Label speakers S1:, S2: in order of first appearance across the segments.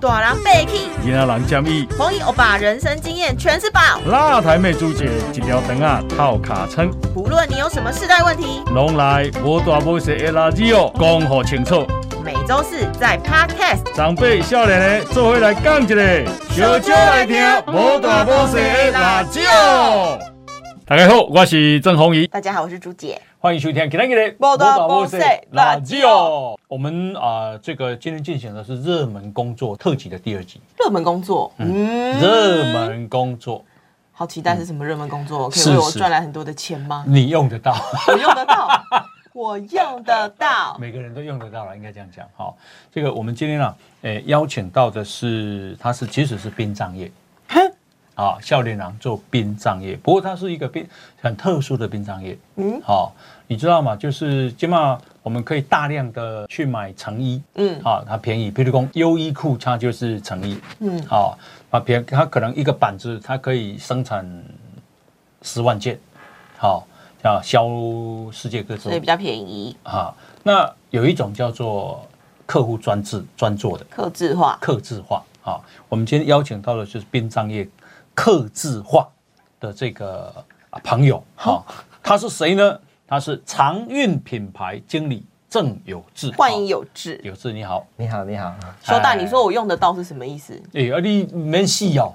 S1: 大人被气，
S2: 囡仔人建议，
S1: 黄奕欧巴人生经验全是宝。
S2: 辣台妹主姐一条肠啊套卡称，
S1: 不论你有什么世代问题，
S2: 拢来无大无小的垃圾哦，讲好清楚。
S1: 每周四在 Podcast
S2: 长辈少年的做伙来讲一个，
S1: 小少来听无大无小的辣椒。
S2: 大家好，我是郑宏仪，
S1: 大家好，我是朱姐。
S2: 欢迎收听今天的
S1: 无大无小的辣椒。
S2: 我们啊、呃这个今天进行的是热门工作特辑的第二集，
S1: 热门工作，嗯，
S2: 热，门工作
S1: 好期待是什么热门工作？可
S2: 是
S1: 以为我
S2: 是
S1: 赚来很多的钱吗？
S2: 你用得到。
S1: 我用得到，我用得到。
S2: 每个人都用得到了，应该这样讲哈、这个我们今天啊，诶、邀请到的是，他是其实是殡葬业，啊，笑脸郎做殡葬业，不过他是一个殡很特殊的殡葬业，
S1: 嗯
S2: 好、你知道吗？就是起码我们可以大量的去买成衣，
S1: 嗯
S2: 啊，它便宜，譬如说优衣库它就是成衣，
S1: 嗯，
S2: 啊，它便它可能一个板子它可以生产十万件，好、啊，销世界各
S1: 所以
S2: 地
S1: 比。较便宜，
S2: 啊，那有一种叫做客户专制专做的
S1: 克制化。
S2: 客制化啊。我们今天邀请到的就是殡葬业客制化的这个啊朋友啊，他是谁呢？他是长运品牌经理郑有志。
S1: 欢迎
S2: 有
S1: 有志。
S2: 有志，你好。
S3: 你好，你好，
S1: 收到，
S2: 哎
S1: 你说我用得到是什么意思？
S2: 哎、啊你免死哦，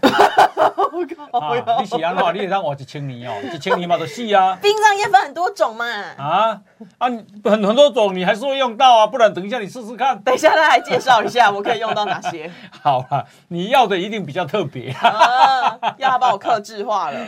S2: 啊，你是安怎？你会当活一千年哦，一千年嘛就死啊。
S1: 殡葬业分很多种嘛，
S2: 啊啊，你很很多种，你还是会用到啊，不然等一下你试试看。
S1: 等一下他来介绍一下我可以用到哪 些。
S2: 好啦，你要的一定比较特别。
S1: 啊，要他把我克制化了。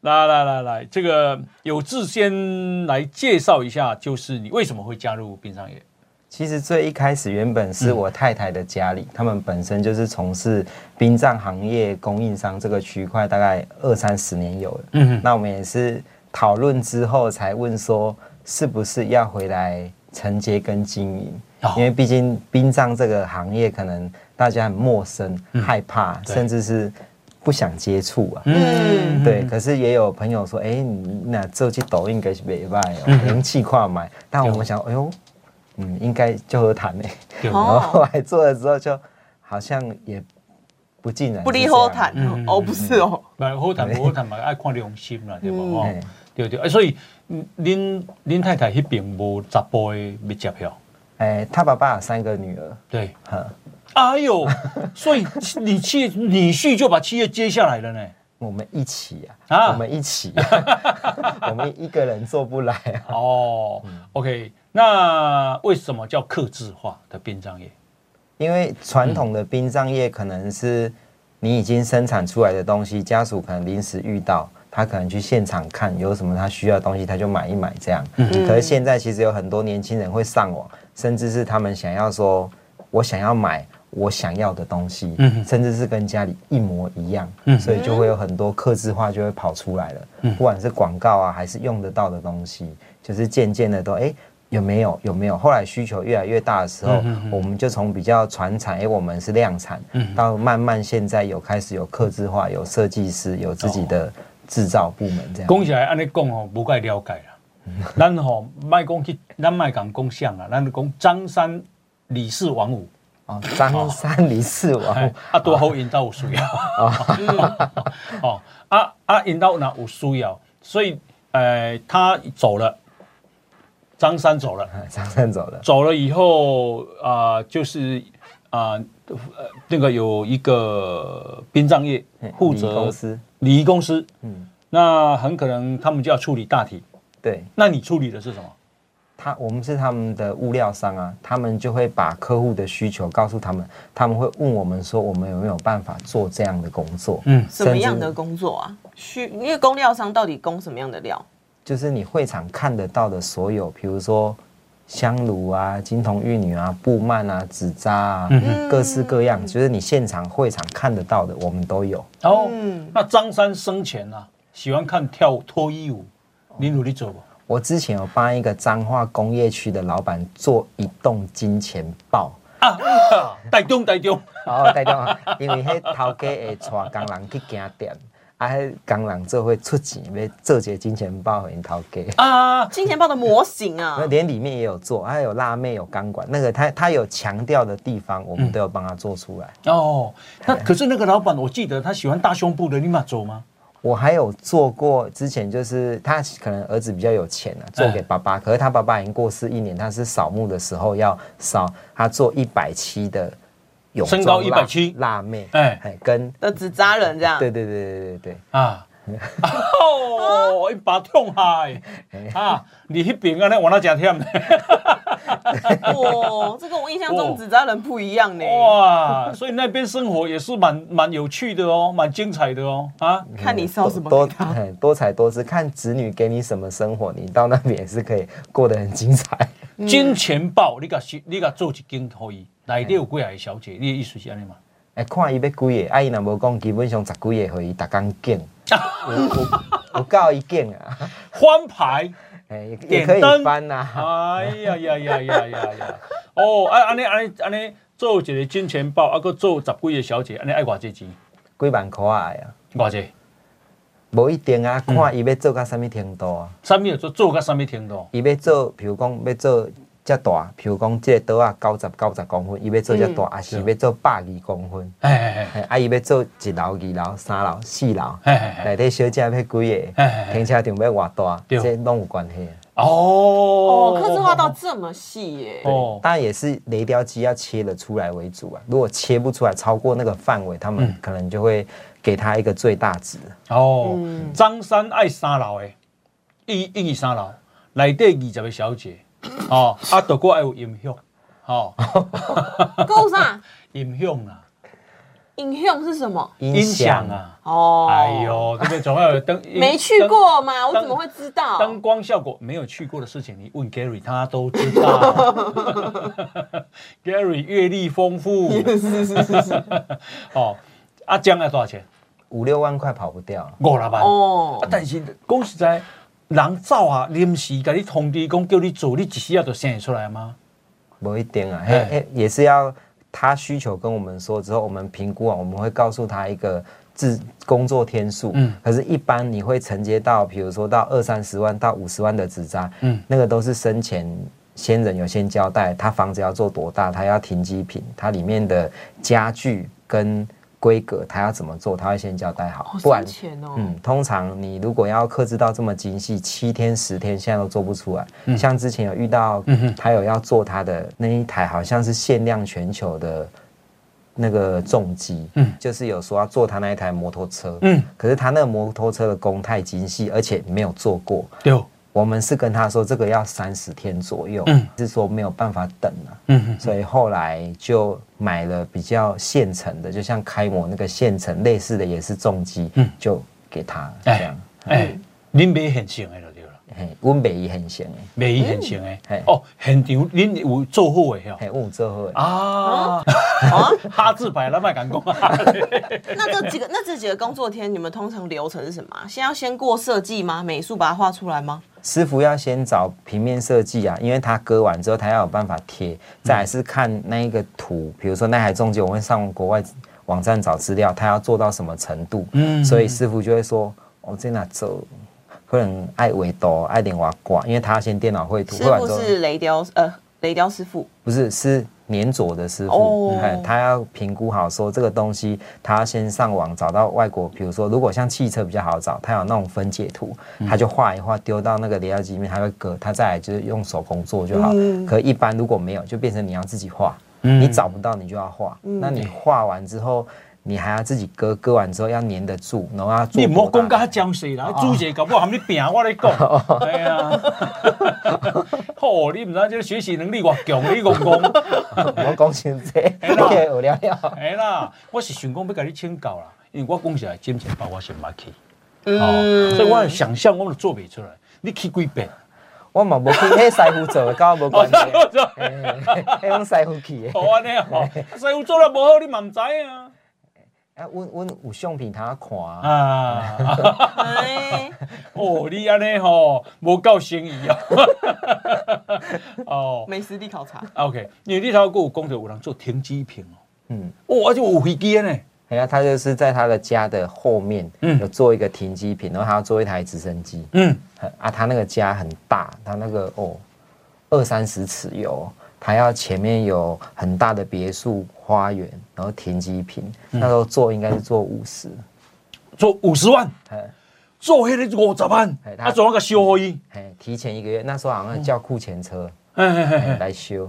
S2: 来来来来，这个有志先来介绍一下，就是你为什么会加入殡葬业？
S3: 其实最一开始原本
S2: 嗯
S3: 是我太太的家里，他们本身就是从事殡葬行业供应商这个区块，大概二三十年有了。
S2: 嗯
S3: 那我们也是讨论之后才问说，是不是要回来承接跟经营？
S2: 哦
S3: 因为毕竟殡葬这个行业可能大家很陌生、害怕，
S2: 嗯对
S3: 甚至是不想接触啊。
S1: 嗯
S3: 对，可是也有朋友说，哎、你那这去抖音该是没卖
S1: 嗯
S3: 哦，人气跨买。但我们想，哎呦，嗯，应该就和谈呢。
S2: 对
S1: 哦
S3: 然后后来做了之后，就好像也不尽然
S1: 不
S3: 离
S1: 离后谈
S2: 嗯嗯嗯
S1: 哦，不是哦，
S2: 买好谈不好谈嘛，爱看良心啦，对不？
S1: 嗯
S2: 哦
S3: 嘿，
S2: 对对，啊所以嗯您您太太那边无十波的密接票，
S3: 哎、他爸爸有三个女儿，
S2: 对，
S3: 哈，
S2: 哎呦， 所以你妻女婿就把企业接下来了呢。
S3: 我们一起啊，
S2: 啊
S3: 我们一起、啊 我们一个人做不来啊。
S2: 哦，OK，那为什么叫客制化的殡葬业？
S3: 因为传统的殡葬业可能是你已经生产出来的东西，家属可能临时遇到，他可能去现场看有什么他需要的东西，他就买一买这样。可是现在其实有很多年轻人会上网，甚至是他们想要说，我想要买我想要的东西，
S2: 嗯哼
S3: 甚至是跟家里一模一样，
S2: 嗯
S3: 所以就会有很多刻字化就会跑出来了，不管是广告啊，还是用得到的东西，就是渐渐的都哎。诶有没有有没有？后来需求越来越大的时候，
S2: 嗯哼嗯
S3: 我们就从比较传产，哎、我们是量产，到慢慢现在有开始有刻字化，有设计师，有自己
S2: 哦
S3: 的制造部门这样。
S2: 讲起来安尼讲吼，无解了解啦。咱吼卖讲去，咱卖讲讲相啦，咱就讲张三、李四、王五，
S3: 哦，张三李四
S2: 哎
S3: 王，
S2: 啊多好引导有需要， 哦啊啊引导哪有需要，所以呃他走了，张三走了，
S3: 张三 走了，
S2: 走了以后啊、就是啊、呃那个有一个殡葬业
S3: 嗯
S2: 负责
S3: 礼仪公司，
S2: 礼仪公司，
S3: 嗯，
S2: 那很可能他们就要处理大体，
S3: 对
S2: 那你处理的是什么？
S3: 他，我们是他们的物料商啊，他们就会把客户的需求告诉他们，他们会问我们说，我们有没有办法做这样的工作？
S2: 嗯
S1: 什么样的工作啊？需因为供料商到底供什么样的料？
S3: 就是你会场看得到的所有，比如说香炉啊、金童玉女啊、布幔啊、纸扎啊，
S2: 嗯
S3: 各式各样，就是你现场会场看得到的，我们都有。
S2: 然后，
S1: 嗯
S2: 那张三生前啊，喜欢看跳脱衣舞，你努力做吧。
S3: 我之前有帮一个彰化工业区的老板做一栋金钱豹，
S2: 啊，带中带中，
S3: 哦然后带动，因为迄头家会带工人去行店，啊，迄工人做会出钱，要做一个金钱豹给你头家。
S2: 啊，
S4: 金钱豹的模型 啊
S3: 那，连里面也有做，还有辣妹有钢管，那个他他有强调的地方，我们都有帮他做出来。
S2: 哦，那
S3: 哎
S2: 可是那个老板，我记得他喜欢大胸部的，你马走吗？
S3: 我还有做过，之前就是他可能儿子比较有钱啊，做给爸爸，可是他爸爸已经过世一年，他是扫墓的时候要扫，他做一百七的泳装
S2: 身高
S3: 辣
S2: 170
S3: 辣妹，
S2: 哎
S3: 哎，跟
S4: 的纸扎人这样，
S3: 对对对对对对，
S2: 啊，哦，一把痛嗨啊！你那边安尼玩到真忝呢，
S4: 哇，这跟我印象中
S2: 哦
S4: 纸扎人不一样呢。
S2: 哇！所以那边生活也是蛮蛮有趣的哦，蛮精彩的哦啊！
S4: 看你烧什么
S3: 多
S4: 给他。
S3: 哎多彩多姿，看子女给你什么生活，你到那边也是可以过得很精彩。
S2: 金钱豹，你甲你甲做一间可以，内底有几个小姐，你的意思是安尼嘛？
S3: 哎，看伊要几个，啊伊若无讲，基本上十几个，互伊逐工见，有有有够伊见啊，
S2: 翻牌。
S3: 哎也也
S2: 点
S3: 可
S2: 灯
S3: 以翻呐、啊。
S2: 哎呀呀呀呀呀呀！哦，啊，安尼安尼安尼，做一个金钱豹，啊，搁做十几个小姐，安尼爱偌济钱？
S3: 几万块啊，
S2: 偌济？
S3: 无一定啊，看
S2: 嗯
S3: 伊要做到啥物程度啊。
S2: 啥物做做到啥物程度？
S3: 伊要做，比如讲要做遮大，比如讲即个桌啊九十九十公分，伊要做遮
S4: 嗯
S3: 大，还是要做百二公分？
S2: 哎哎
S3: 嘿啊，伊要做一楼、二楼、三楼、四楼，
S2: 哎哎哎！
S3: 内底小姐要几个
S2: 哎哎，哎
S3: 停车场要偌大，
S2: 对
S3: 这拢有关系。
S2: 哦
S4: 哦，刻字化到这么细耶，
S2: 哦，
S3: 当然也是雷雕机要切得出来为主啊，如果切不出来，超过那个范围，他
S2: 嗯
S3: 们可能就会给他一个最大值。
S2: 哦，张三爱三楼的，一一二三楼，内底二十个 小姐，哦，啊，德国还有音响，哦，
S4: 够啥？
S2: 音响啊，
S4: 影响是什么？
S2: 音响，啊，
S4: 哦，
S2: 哎，呦，对不对？总要有灯，
S4: 没去过嘛，我怎么会知道？
S2: 灯光效果没有去过的事情，你问 Gary 他都知道。Gary 阅历丰富
S4: 是是是是，
S2: 哦，啊，将要多少钱？
S3: 五六万块跑不掉啊。
S2: 五六 万。
S4: 哦
S2: 啊，，但是讲实在，人走啊，临时甲你通知讲叫你做，你一时啊就生得出来吗？
S3: 不一定啊，
S2: 哎
S3: 嘿，嘿也是要他需求跟我们说之后，我们评估啊，我们会告诉他一个自工作天数。
S2: 嗯
S3: 可是，一般你会承接到，比如说到二三十万到五十万的纸扎，
S2: 嗯
S3: 那个都是生前先人有先交代，他房子要做多大，他要停机坪，它里面的家具跟规格，他要怎么做，他会先交代好
S4: 好，
S3: 不然
S4: 深。钱哦，
S3: 嗯，通常你如果要克制到这么精细，七天十天现在都做不出来。
S2: 嗯
S3: 像之前有遇到，他有要做他的那一台，好像是限量全球的那个重机，
S2: 嗯
S3: 就是有说要做他那一台摩托车，
S2: 嗯，
S3: 可是他那个摩托车的工太精细，而且没有做过。
S2: 对，
S3: 我们是跟他说这个要三十天左右，
S2: 嗯
S3: 是说没有办法等啊了、
S2: 嗯
S3: 所以后来就买了比较现成的，就像开模那个现成类似的，也是重机，
S2: 嗯
S3: 就给他这
S2: 哎
S3: 样。
S2: 哎，恁买现成的就对了，
S3: 嘿，阮袂伊很闲欸诶，
S2: 买现成的
S3: 嘿。
S2: 哦，现场恁有做好的
S3: 嘿，
S2: 哦。
S3: 阮有做好诶。
S2: 啊，
S4: 啊，
S2: 哈字牌咱卖敢讲啊。
S4: 那这几个那这几个工作天，你们通常流程是什么啊？先要先过设计吗？美术把它画出来吗？
S3: 师傅要先找平面设计啊，因为他割完之后，他要有办法
S2: 嗯
S3: 贴。再来是看那一个图，比如说那台重机，我会上国外网站找资料，他要做到什么程度。
S2: 嗯
S3: 所以师傅就会说，我、哦、这哪走，可能爱围多，爱点瓦挂，因为他要先电脑绘图，
S4: 师
S3: 绘完
S4: 傅
S3: 之后
S4: 是雷雕，呃，雷雕师傅，
S3: 不是是粘着的师
S4: 哦
S3: 傅，哎、他要评估好说这个东西，他要先上网找到外国，比如说如果像汽车比较好找，他有那种分解图，他就画一画丢到那个雷料机里面，他会割，他再来就是用手工做就好。可一般如果没有，就变成你要自己画，你找不到你就要画，那你画完之后。你还要自己割，割完之后要粘得住，然后要做
S2: 你唔好
S3: 多
S2: 讲
S3: 大
S2: 甲僵死啦，主席搞不好含你病，我咧讲。哎呀， 吼，你唔知即个学习能力偌强，你戆戆。
S3: 唔好讲成这，
S2: 啦
S3: 你有聊聊。
S2: 哎啦，我是想讲要甲你请教啦，因为我讲实在，金钱包我是唔捌去，哦，所以我想象我都做袂出来。你去几遍？
S3: 我嘛无去，迄师傅做的，跟我无
S2: 哦
S3: 关，系。
S2: 我 做，
S3: 迄种师傅去的。
S2: 好安尼哦，师傅做了无好，你嘛唔知啊。
S3: 啊，阮阮有相片通看啊，
S2: 啊，
S4: 哎，
S2: 哦，你安尼吼，无够生意啊。 哦
S4: 美实地考察，
S2: ，OK，因为你头先还有讲着有人做停机坪哦。
S3: 嗯，
S2: 哦，而且有飞机的呢，
S3: 人家他就是在他的家的后面，
S2: 嗯
S3: 有做一个停机坪，然后他要做一台直升机，
S2: 嗯，
S3: 很啊，他那个家很大，他那个哦，二三十尺有，他要前面有很大的别墅花园，然后停机坪，
S2: 嗯
S3: 那时候做应该是做五十，
S2: 做五十万，
S3: 哎
S2: 做迄个五十万，
S3: 哎他
S2: 啊，做那个修好伊，
S3: 哎，提前一个月，那时候好像叫库前车、
S2: 哎哎
S3: 哎
S2: 哎，
S3: 来修，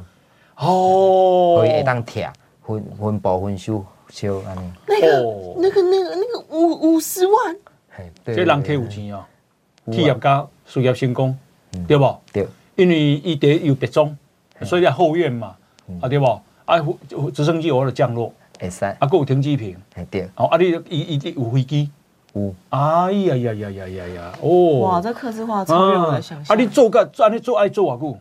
S2: 哦
S3: 可，以当铁分分包分修修安尼，
S4: 那个、
S2: 哦
S4: 那个、那个、那个五五十万，
S3: 嘿，对
S2: 这
S3: 对
S2: 人
S3: 对
S2: 体有钱哦，
S3: 有啊嗯
S2: 企业家事业成功，对不？
S3: 对，
S2: 因为伊得有别种，所以在后院嘛，啊对不？啊，有直升机有了降落，
S3: 会使，
S2: 啊，还有停机坪，
S3: 哎对，
S2: 哦，啊，你伊伊有飞机，
S3: 有，
S2: 哎呀呀呀呀呀呀，哦，
S4: 哇，这刻字化超越我的想象。
S2: 啊，你做个安尼做爱做偌久？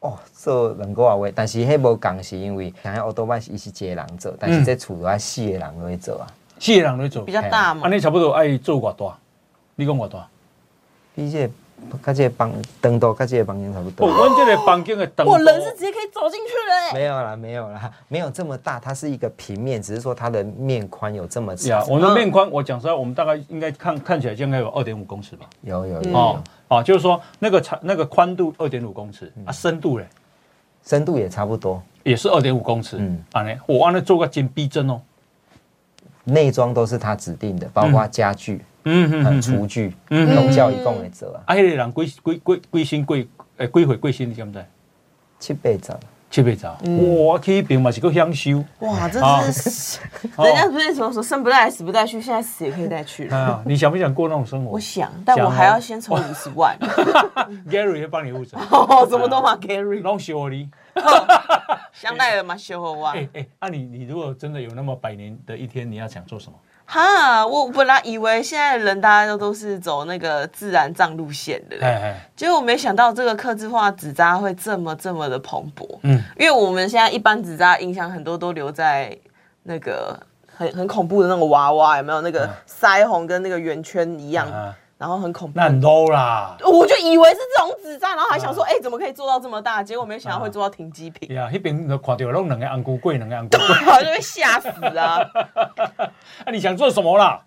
S3: 哦，做两个月，但是迄无共是因为，像迄奥多曼是伊是一个人做，但
S2: 嗯
S3: 是这厝要四个人来做啊，
S2: 四个人来做
S4: 比，较大嘛
S2: 安？尼差不多爱做偌大？你讲偌大？
S3: 比这个甲这个房长度甲这个房间差不
S2: 哦，
S3: 多。
S2: 阮这个房间的长度
S4: 我人是直接可以走进去了哎、
S3: 没有啦，没有啦，没有这么大，它是一个平面，只是说它的面宽有这么
S2: 呀
S3: 长，。
S2: 我们的面宽，我讲实在，我们大概应该看看起来应该有二点五公尺吧？
S3: 有有有
S4: 嗯
S2: 哦
S3: 有，
S2: 啊，就是说那个长那个宽度二点五公尺，啊，深度嘞
S3: 深度也差不多，
S2: 也是二点五公尺
S3: 嗯，
S2: 安尼我安尼做个真逼真哦，
S3: 内装都是它指定的，包括家具、
S2: 嗯嗯
S3: 嗯
S2: 嗯
S3: 厨具、
S2: 嗯
S3: 农教一共会做啊，
S2: 啊，迄个人几几几几薪几诶几岁几薪你知毋知？
S3: 七倍长。
S2: 七八十，
S4: 嗯
S2: 哇，去平嘛是够享受。
S4: 哇，这
S2: 啊 哦
S4: 是、人家不是什么说生不带来死不带去，现在死也可以带去了。
S2: 啊，你想不想过那种生
S4: 嗯
S2: 活？
S4: 我想，但
S2: 啊
S4: 我还要先筹五十万，
S2: Gary 会帮你物 证，
S4: 哦，怎么都嘛 Gary，
S2: 弄修理。嗯
S4: 香奈儿嘛修合哇。
S2: 哎哎，那你你如果真的有那么百年的一天，你要想做什么？
S4: 哈，我本来以为现在的人大家都都是走那个自然葬路线的，
S2: 哎哎，
S4: 结果没想到这个刻字化纸扎会这么这么的蓬勃。
S2: 嗯，
S4: 因为我们现在一般纸扎印象很多都留在那个很很恐怖的那个娃娃，有没有？那
S2: 嗯
S4: 个腮红跟那个圆圈一样，
S2: 啊，
S4: 然后很恐怖
S2: 那。嗯很 low 啦。
S4: 我就以为是这种纸扎，然后还想说，哎、怎么可以做到这么大？结果没想到
S2: 嗯
S4: 会做到停机坪，
S2: 呀，那边都看到弄两个红菇贵，两个红菇贵。
S4: 然后就被吓死啊！
S2: 啊，你想做什么啦？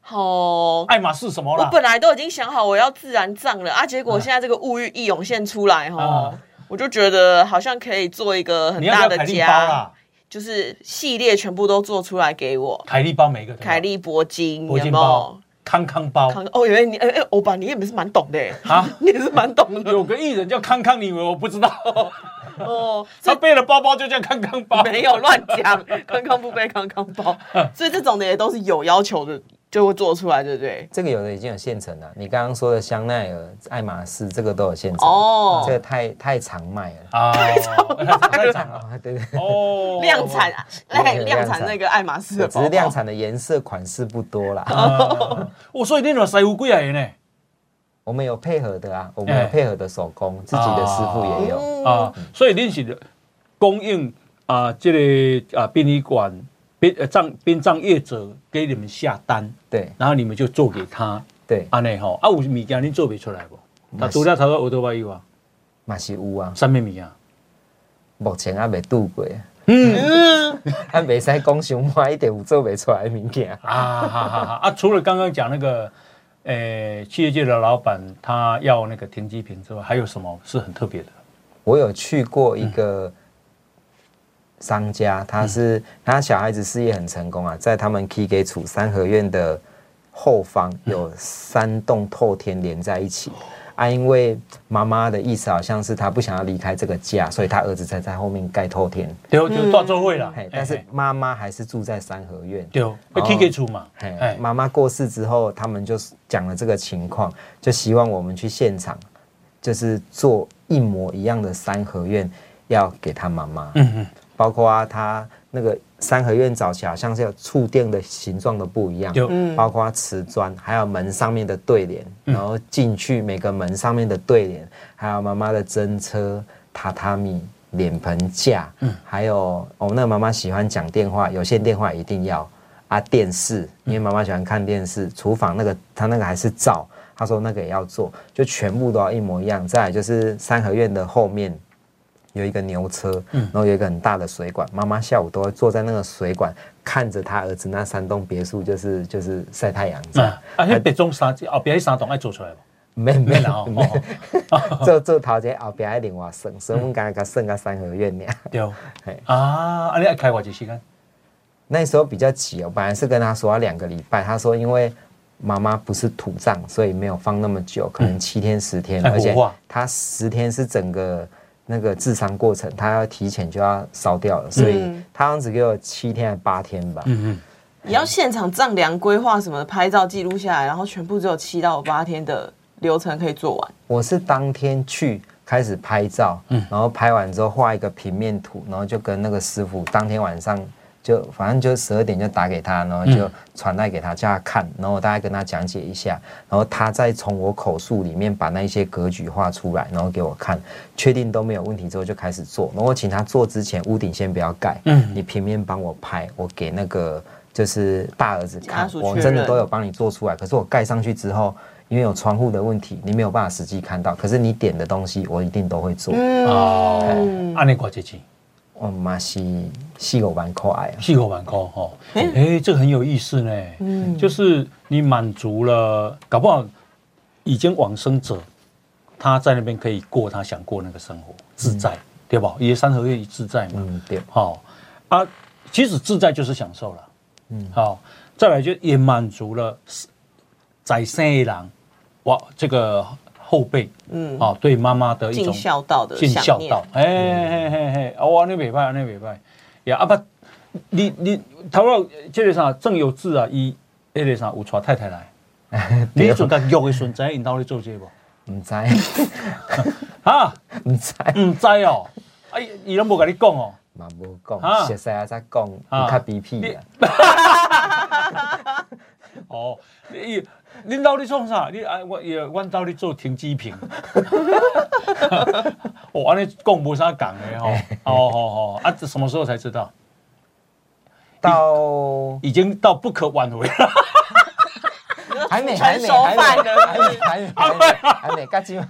S4: 好、
S2: 爱马仕什么
S4: 我
S2: 啦？
S4: 本来都已经想好我要自然葬了啊，结
S2: 嗯
S4: 果现在这个物欲一涌现出来哈，
S2: 啊
S4: 我就觉得好像可以做一个很
S2: 你要
S4: 大
S2: 不要
S4: 的
S2: 凯利包
S4: 家
S2: 啦，？
S4: 就是系列全部都做出来给我。
S2: 凯利包每一个都要
S4: 凯利铂金，
S2: 嗯铂
S4: 有
S2: 金
S4: 没有
S2: 包？、康康包
S4: 康哦，原来你哎哎，欧巴，你也不是蛮懂的欸，
S2: 啊。
S4: 你也是蛮懂 的
S2: 有个艺人叫康康，你以为我不知道？
S4: 哦。
S2: 他
S4: 这
S2: 背了包包就叫康康包。
S4: 没有乱 讲，康康不背康康包，所以这种的也都是有要求的，就会做出来，对不对？
S3: 这个有的已经有现成了，你刚刚说的香奈儿、爱马仕，这个都有现成。
S4: 哦
S3: 这个太太常卖了。
S2: 啊，太长了
S3: 啊，对对
S2: 哦，
S4: 量产，哎，
S3: 对
S4: 量
S3: 量
S4: 产
S3: 产
S4: 那个爱马仕的
S3: 对，
S4: 包
S3: 只
S4: 包，
S3: 是量产的颜色款式不多啦。
S2: 啊我哦所以你那师傅几啊个呢？
S3: 我们有配合的啊，我们
S2: 哎
S3: 有配合的手工，自己的师傅也有。
S4: 嗯
S2: 啊，所以恁是供应啊，这个啊殡仪馆殡呃葬殡葬业者给你们下单，
S3: 对
S2: 然后你们就做给他，
S3: 对，
S2: 安尼吼，啊有物件恁做不出来不？那除了头个奥多巴以外，
S3: 马西乌啊，
S2: 什么物件？
S3: 目前还未度过，
S2: 嗯
S3: 还未使讲想我一点有做未出来的物件。
S2: 啊哈哈哈啊！除了刚刚讲那个，呃，企业界的老板他要那个停机坪之外，还有什么是很特别的？
S3: 我有去过一个商家，他是他小孩子事业很成功啊，在他们 K 给楚三合院的后方有三栋透天连在一起。啊，因为妈妈的意思好像是她不想要离开这个家，所以她儿子才在后面盖透天。
S2: 对，就大周会了
S3: 嘿，，但是
S2: 嘿
S3: 妈妈还是住在三合院。
S2: 哦哎对，要踢给出嘛，
S3: 嘿
S2: 哎，，
S3: 妈妈过世之后，他们就是讲了这个情况，就希望我们去现场，就是做一模一样的三合院，要给他妈妈。
S2: 嗯嗯，
S3: 包括啊，他那个三合院早期好像是有触电的形状都不一样，
S2: 对，
S3: 包括瓷砖，还有门上面的对联，
S2: 嗯
S3: 然后进去每个门上面的对联，还有妈妈的针车、榻榻米、脸盆架，
S2: 嗯
S3: 还有哦，那妈妈喜欢讲电话，有线电话一定要啊，电视，因为妈妈喜欢看电视，厨房那个她那个还是灶，她说那个也要做，就全部都要一模一样。再来就是三合院的后面有一个牛车，然后有一个很大的水管，妈妈下午都会坐在那个水管看着她儿子那三栋别墅，就是就是晒太阳这样
S2: 啊，。啊，迄白种衫后壁迄衫档爱做出来无？
S3: 没没
S2: 免啦 哦
S3: 没，
S2: 哦，
S3: 做做头家后边爱另外算，所以我们刚刚算个三合院俩。
S2: 对。哦
S3: 嘿
S2: 啊，啊，你爱开偌济时间？
S3: 那时候比较急哦，本来是跟他说要两个礼拜，他说因为妈妈不是土葬，所以没有放那么久，可能七天十天，
S2: 哎
S3: 而且
S2: 火化
S3: 他十天是整个那个治伤过程，他要提前就要烧掉了，所以
S4: 嗯
S3: 他好像只给我七天还八天吧。
S2: 嗯嗯，
S4: 你要现场丈量、规划什么的，拍照记录下来，然后全部只有七到八天的流程可以做完。
S3: 我是当天去开始拍照，然后拍完之后画一个平面图，然后就跟那个师傅当天晚上就反正就十二点就打给他，然后就传带给他叫他看，然后我大概跟他讲解一下，然后他再从我口述里面把那一些格局画出来，然后给我看，确定都没有问题之后就开始做，然后我请他做之前屋顶先不要盖，
S2: 嗯
S3: 你平面帮我拍，我给那个。就是大儿子看
S4: 家，属
S3: 我
S4: 确
S3: 真的
S4: 认
S3: 都有帮你做出来，可是我盖上去之后，因为有窗户的问题，你没有办法实际看到。可是你点的东西，我一定都会做。嗯，
S2: 哦，安尼偌济钱？
S3: 我妈是是有蛮可爱啊。
S2: 四五万块哦，哎、这个很有意思呢。嗯，就是你满足了，搞不好已经往生者，他在那边可以过他想过那个生活，自在，对吧？也三合院自在嘛。
S3: 嗯，对，
S2: 好、啊，其实自在就是享受了。嗯，好、再来就也满足了在生的人，哇，这个后辈，嗯，啊、对妈妈的一
S4: 尽
S2: 种
S4: 孝道的
S2: 尽
S4: 想
S2: 孝
S4: 念，嗯
S2: 道，嘿哎嘿嘿嘿，啊，我安尼袂歹，安尼袂歹，呀，啊不，你你头脑这个啥郑有志啊，伊迄个啥有娶太太来，你迄阵甲约的时阵，知影因兜咧做这个无？
S3: 唔知
S2: 啊，
S3: 唔知，
S2: 毋知哦，啊，伊伊拢无甲你讲哦，
S3: 嘛无讲，
S2: 啊
S3: 熟悉啊再讲，
S2: 啊
S3: 有较比屁啊。
S2: 哦，伊恁兜咧创啥？你啊，我伊阮兜咧做停机坪， 哦，安尼讲无啥讲的吼，哦哦哦，啊，这什么时候才知道？
S3: 到
S2: 已经到不可挽回了。
S3: 还没，还
S4: 成
S3: 没，
S4: 熟
S3: 还没，
S4: 饭了
S3: 还没，还没，还没，还没，干净吗？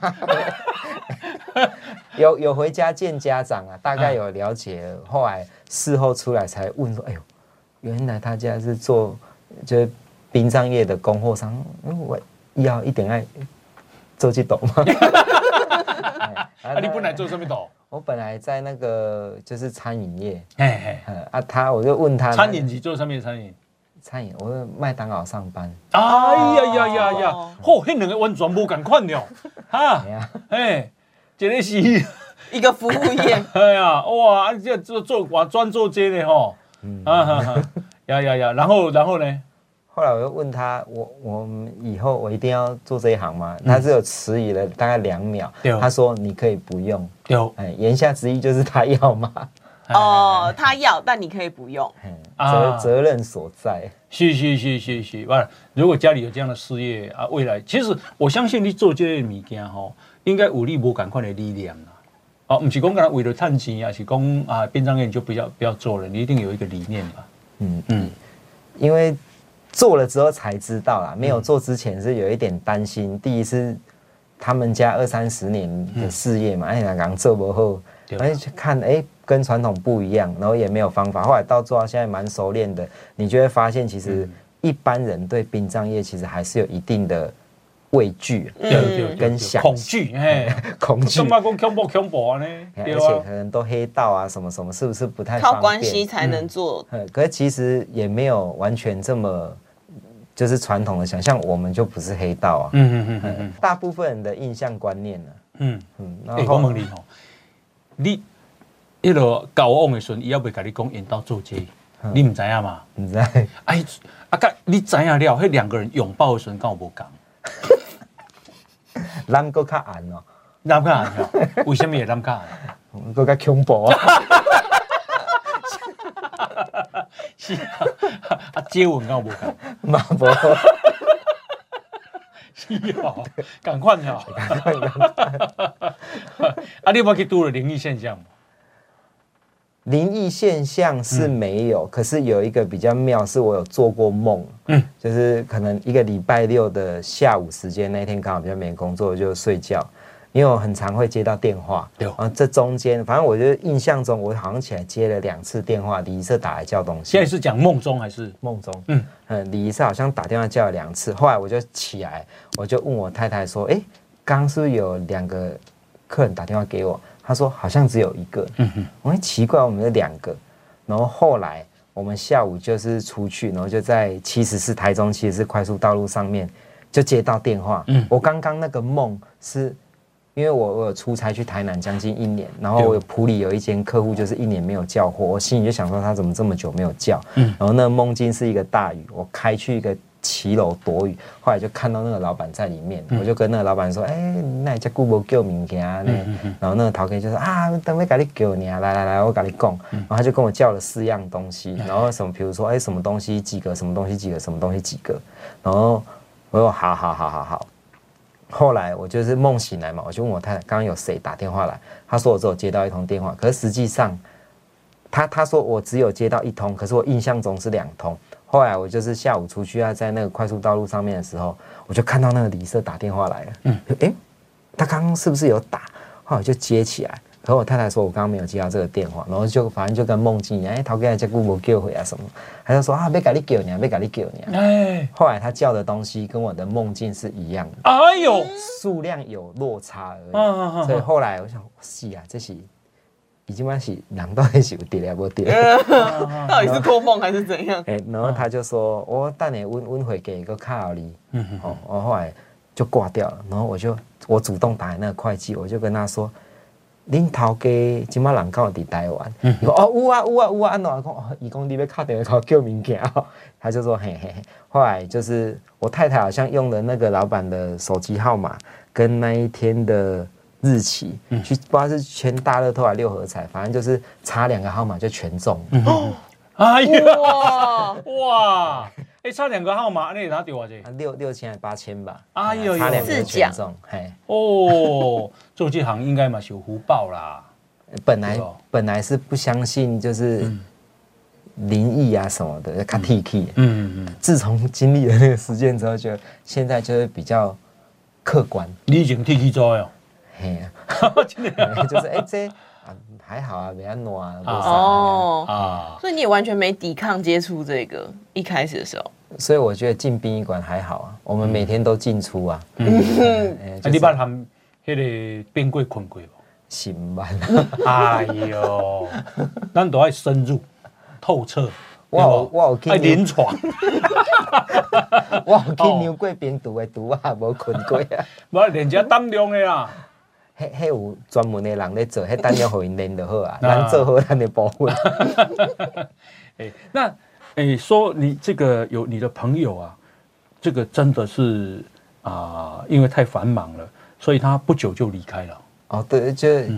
S3: 有有回家见家长啊，大
S2: 嗯
S3: 概有了解了，后来事后出来才问说，哎呦，原来他家是做就是殡葬业的供货商，嗯，我要一点爱做这懂吗？ 哎
S2: 啊，你本来，做什么的？
S3: 我本来在那个就是餐饮业，
S2: 嘿嘿，
S3: 嗯啊，他我就问他
S2: 餐饮是做什么的餐饮？
S3: 餐饮，我在麦当劳上班，
S2: 哎呀呀呀呀
S4: 哦！
S2: 嚯，迄两个完全无共款 了，哈
S3: 哎，呀，
S2: 哎，一个是，
S4: 一个服务业
S2: 哎呀，哇，啊，这做做我专做这个吼，
S3: 嗯
S2: 啊哈哈，呀呀呀，然后然后呢？
S3: 后来我又问他，我我们以后我一定要做这一行吗？他只有迟疑了大概两秒
S2: 嗯对，
S3: 他说你可以不用。
S2: 对，
S3: 哎，言下之意就是他要嘛，
S4: 哦，他要，但你可以不用。
S3: 哎责
S2: 啊
S3: 责任所在。
S2: 是是是是是，完了，如果家里有这样的事业啊，未来其实我相信你做这个物件吼，应该有你无赶快的理念啦。哦，不是讲干为了赚钱，而是讲啊，殡葬业你就不要不要做了，你一定有一个理念吧？
S3: 嗯，
S2: 嗯，
S3: 因为做了之后才知道
S4: 嗯
S3: 啦，没有做之前是有一点担心。第一是他们家二三十年的事业嘛，哎、嗯，刚做不后，
S2: 对
S4: 啊
S3: 而且看哎、跟传统不一样，然后也没有方法。后来到做到现在蛮熟练的，你就会发现其实
S4: 嗯
S3: 一般人对殡葬业其实还是有一定的畏惧、
S4: 嗯
S2: 对对对，
S3: 跟
S2: 对
S3: 想
S2: 恐惧，哎，
S3: 恐惧
S2: 干。嘛讲恐怖恐怖啊呢？
S3: 哎
S2: 对
S3: 而且
S2: 啊
S3: 可，能都黑道啊，什么什么，是不是不太
S4: 靠
S3: 方
S4: 关
S3: 便
S4: 系才能做，
S3: 呃，可是其实也没有完全这么，就是传统的想象，我们就不是黑道啊。
S2: 嗯嗯嗯嗯
S3: 大部分人的印象观念呢、
S2: 嗯。
S3: 嗯，
S2: 哎、
S3: 然
S2: 我
S3: 后
S2: 问你吼，你迄落交往的时阵，伊还袂甲你讲因兜做这个
S3: 嗯
S2: 你毋知影嘛？
S3: 你知道，
S2: 哎，啊，甲你知影了，迄两个人拥抱的时阵，敢有无共？
S3: 咱够较暗哦，
S2: 南卡人 吼，为什么会南卡人？
S3: 够较恐怖啊。
S2: 是啊， 啊，接吻敢有无 共？
S3: 嘛无，
S2: 是
S3: 啊
S2: 哦，共款哦。 啊，你有无去拄着灵异现象无？
S3: 灵异现象是没有，可是有一个比较妙，是我有做过梦，嗯，就是可能一个礼拜六的下午时间，那一天刚好比较没工作，就睡觉。因为我很常会接到电话，
S2: 对
S3: 然后这中间，反正我就印象中，我好像起来接了两次电话，礼仪社打来叫东西。
S2: 现在是讲梦中还是？
S3: 梦中，
S2: 嗯
S3: 嗯，呃，李医师好像打电话叫了两次，后来我就起来，我就问我太太说，哎、刚是不是有两个客人打电话给我？她说好像只有一个，嗯哼，我很奇怪，我们有两个，然后后来我们下午就是出去，然后就在七十四台中七十四快速道路上面就接到电话，
S2: 嗯
S3: 我刚刚那个梦是。因为我我有出差去台南将近一年，然后
S2: 对
S3: 我有普里有一间客户就是一年没有叫货，我心里就想说他怎么这么久没有叫？
S2: 嗯
S3: 然后那个梦境是一个大雨，我开去一个骑楼躲雨，后来就看到那个老板在里面，我就跟那个老板说：“哎、你那家顾不叫名件呢？”然后那个陶哥就说：“啊，等会给你叫你啊，来来来，我给你供。然后他就跟我叫了四样东西，然后什么，比如说哎、什么东西几个，什么东西几个，什么东西几个，然后我说：“好好好好好。”后来我就是梦醒来嘛，我就问我太太，刚刚有谁打电话来？她说我只有接到一通电话，可是实际上，她她说我只有接到一通，可是我印象中是两通。后来我就是下午出去要在那个快速道路上面的时候，我就看到那个李社打电话来了，嗯，哎、他刚刚是不是有打？后来我就接起来，可我太太说我刚刚没有接到这个电话，然后就反正就跟梦境一样，哎、陶哥来接顾我叫回来什么，他就说啊，别给你叫你啊，别给你叫你啊。
S2: 哎，
S3: 后来他叫的东西跟我的梦境是一样的。
S2: 哎呦，
S3: 数量有落差而已。
S2: 嗯嗯嗯
S3: 所以后来我想，是啊，这是已经嘛是人到底是有跌了不跌？
S4: 到底是托梦还是怎样？
S3: 哎、然后他就说，哦我等你温温回给一个卡奥里，哦，我后来就挂掉了。然后我就我主动打给那个会计，我就跟他说。恁头家即马人到伫台湾，伊讲哦有啊有啊有啊，安怎讲？哦，伊讲你要敲电话给我叫物件哦， 他就说嘿嘿。嘿后来就是我太太好像用了那个老板的手机号码跟那一天的日期，去不知道是圈大乐透还是六合彩，反正就是差两个号码就全中了。
S2: 哎呀，
S4: 哇，
S2: 哇，哎，差两个号码，那你拿丢啊这
S3: 啊？六六千还八千吧，
S2: 哎呦
S3: 差两个
S4: 四奖
S3: 权重，嘿，
S2: 哦，做这行应该嘛是有福报啦。
S3: 本来
S2: 对哦
S3: 本来是不相信就是
S2: 嗯
S3: 灵异啊什么的，卡 T K，
S2: 嗯嗯嗯，
S3: 自从经历了那个事件之后，觉得现在就是比较客观，
S2: 你已经剃去做哟。
S3: 嘿，啊 就是哎这啊还好啊，没安诺啊，没啥啊
S4: 哦，
S2: 啊，
S4: 所以你也完全没抵抗接触这个一开始的时候，
S3: 所以我觉得进殡仪馆还好啊，我们每天都进出啊，嗯，
S2: 嗯 啊你捌含迄个变鬼困过无？
S3: 行吧，
S2: 哎呦，咱都爱深入透彻，
S3: 我有
S2: 对不
S3: 我有去
S2: 爱临 床。
S3: 我有去牛过边毒的毒啊，无困过啊。
S2: 无连只胆量的啦，
S3: 迄迄有专门的人咧做，迄等下互因练就好啊。咱做好咱的部分，
S2: 哎、那哎、说你这个有你的朋友啊，这个真的是啊、因为太繁忙了，所以他不久就离开了。
S3: 哦，对，就是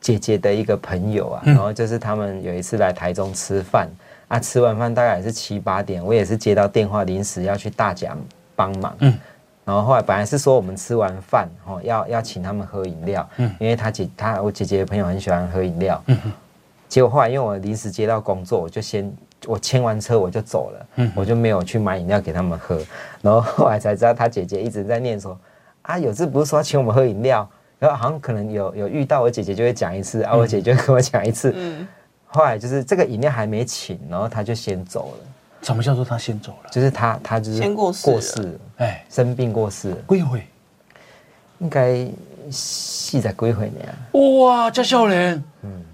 S3: 姐姐的一个朋友啊，然后就是他们有一次来台中吃饭啊，吃完饭大概也是七八点，我也是接到电话，临时要去大甲帮忙。
S2: 嗯
S3: 然后后来本来是说我们吃完饭哦，要要请他们喝饮料，
S4: 嗯
S3: 因为他姐他我姐姐的朋友很喜欢喝饮料，结果后来因为我临时接到工作，我就先我签完车我就走了，
S4: 嗯
S3: 我就没有去买饮料给他们喝。然后后来才知道他姐姐一直在念说，啊，有次不是说要请我们喝饮料，然后好像可能有有遇到我姐姐就会讲一次，啊，我姐就跟我讲一
S4: 嗯
S3: 次。后来就是这个饮料还没请，然后他就先走了，
S2: 什么叫做他先走了？
S3: 就是他他就是
S4: 先过世了
S3: 了
S2: 哎，
S3: 生病过世了，
S2: 归回
S3: 应该细在归回呢。啊
S2: 哇，这少年，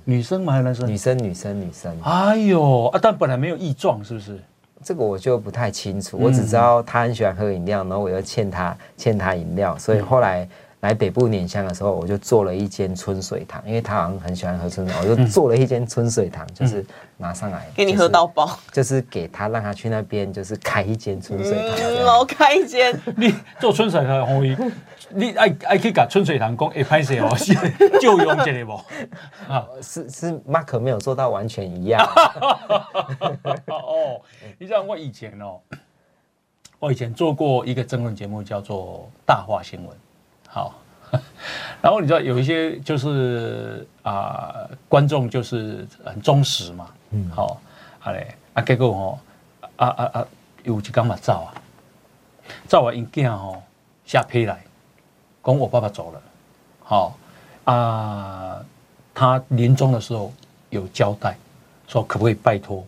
S2: 女生吗？还是男
S3: 女
S2: 生？
S3: 生女生女生，
S2: 哎呦啊，但本来没有异状，是不 是？
S3: 这个我就不太清楚，
S4: 嗯
S3: 我只知道他很喜欢喝饮料，然后我又欠他欠他饮
S4: 嗯
S3: 料，所以后来来北部碾香的时候，我就做了一间春水堂，因为他好像很喜欢喝春水，我就做了一间春水堂，就是拿上来
S4: 嗯给你喝到，饱，
S3: 就是就是给他让他去那边就是开一间春水堂这
S4: 嗯，
S3: 样。
S4: 老开一间，
S2: 你做春水堂可以，你爱爱去甲春水堂讲，哎，拍摄哦， 是就用这个无？
S3: 是是，Mark 没有做到完全一 样，
S2: 哦，你知道我以前哦，我以前做过一个争论节目，叫做《大话新闻》。好， 然后你知道有一些就是啊、观众就是很忠实嘛，嗯，好、啊嘞，啊结果哦，啊啊啊，有一天嘛走啊，走啊因囝吼写批来，讲我爸爸走了，好、啊、他临终的时候有交代，说可不可以拜托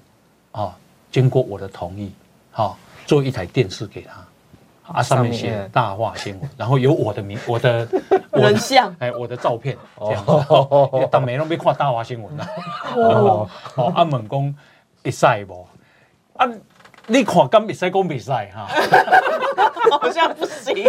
S2: 啊、经过我的同意，好、做一台电视给他，啊，上面
S3: 上面
S2: 写大话新闻，然后有我的 名，我的我的
S4: 人像
S2: 哎，我的照片这样子，哦因为当没人被看大话新闻啦。啊哦，哦，啊，问讲会使无？啊，你看敢会使讲袂使哈？
S4: 好像不行，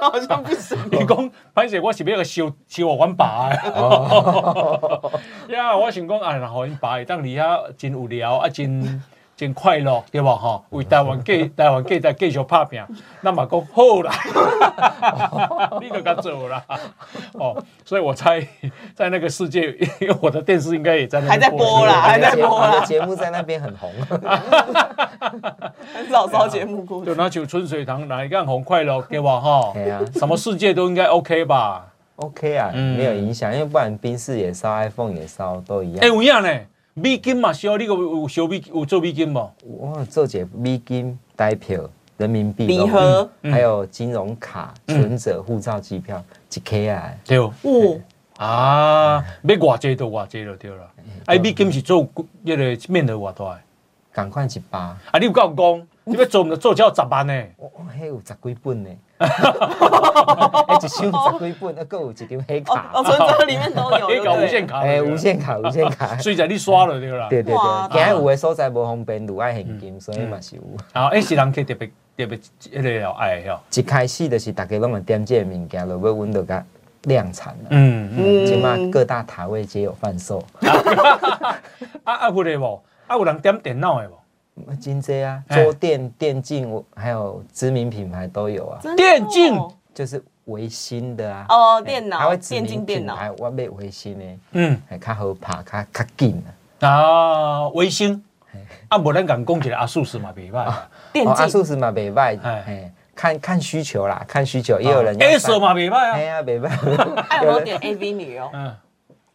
S4: 好像不行。
S2: 你讲歹势，我是要个收收我阮爸的。
S4: 哦
S2: 呀，我想讲啊，然后因爸会当离遐真有聊啊，真真快乐对无吼？为台湾 继台湾继再继续拍拼，那么讲好啦，你就甲做啦。 哦，所以我猜在那个世界，因为我的电视应该也在那边
S4: 还在播啦 还在
S3: 节
S4: 播啦
S3: 我的节目在那边很红，
S4: 很少烧节目过
S2: 就
S4: 去，
S2: 拿酒春水堂哪一个红快乐给我哈
S3: 对啊，
S2: 什么世界都应该 OK 吧？
S3: OK 啊，
S2: 嗯
S3: 没有影响，因为不然宾士也烧，iPhone 也烧，都一
S2: 哎，
S3: 样。
S2: 有影呢，美金嘛烧，你有有烧美有做美金无？
S3: 我做解美金、代票、人民币、嗯
S4: 礼盒
S3: 还有金融卡、存折、护照、机票，一 K 啊，
S2: 对哦，
S4: 哦，
S2: 啊，要偌济就偌济就对了。
S3: 嗯
S2: 哎，美金是做迄个面额偌大的，
S3: 赶快一把。
S2: 啊，你有够讲，你要做毋着做只有十万 呢？
S3: 我我迄有十几 本呢，哎，一箱有十几本，啊，佫有一张黑
S4: 哦
S3: 卡
S4: 哦，，存折里面 都有，
S2: 你
S4: 对
S2: 搞
S4: 不
S2: 无
S4: 对
S2: 限卡，
S3: 哎，无，限卡，无限 卡，
S2: 所以在你刷了对啦。
S3: 对对
S4: 哇嗯
S3: 对，今日有的所在无方便，有爱现金，所以嘛是有。
S2: 啊，哎，是人客特别特别迄个要爱的哦。
S3: 一开始就是大家拢会点这个物件，落尾阮就甲量产啊了。
S2: 嗯嗯。
S3: 即嘛
S4: 哦
S3: 各大塔位皆有贩售，
S2: 啊啊，有嘞无？啊，有人点电脑的无？
S3: 真济啊，
S2: 哎
S3: 桌电、电竞，还有知名品牌都有啊，
S4: 真的哦
S2: 电竞
S3: 就是维新的啊。
S4: 哦，
S3: 哎
S4: 电
S3: 它
S4: 脑、
S3: 会指
S4: 电
S3: 明
S4: 竞电脑
S3: 品，牌我要维新的，
S2: 嗯。
S3: 还较好拍，较较紧啊。
S2: 啊，维星，啊，无咱共讲一个阿素是嘛袂歹，
S4: 电
S3: 哦，阿
S4: 竞
S3: 素食嘛袂歹，
S2: 哎哦
S3: 哎，看看需求啦，看需求，也有人要
S2: A
S3: 上
S2: 色，嘛袂
S3: 哎
S2: 歹啊，
S3: 呀，袂歹，
S4: 哎，我有点 AV 女哦，
S2: 嗯，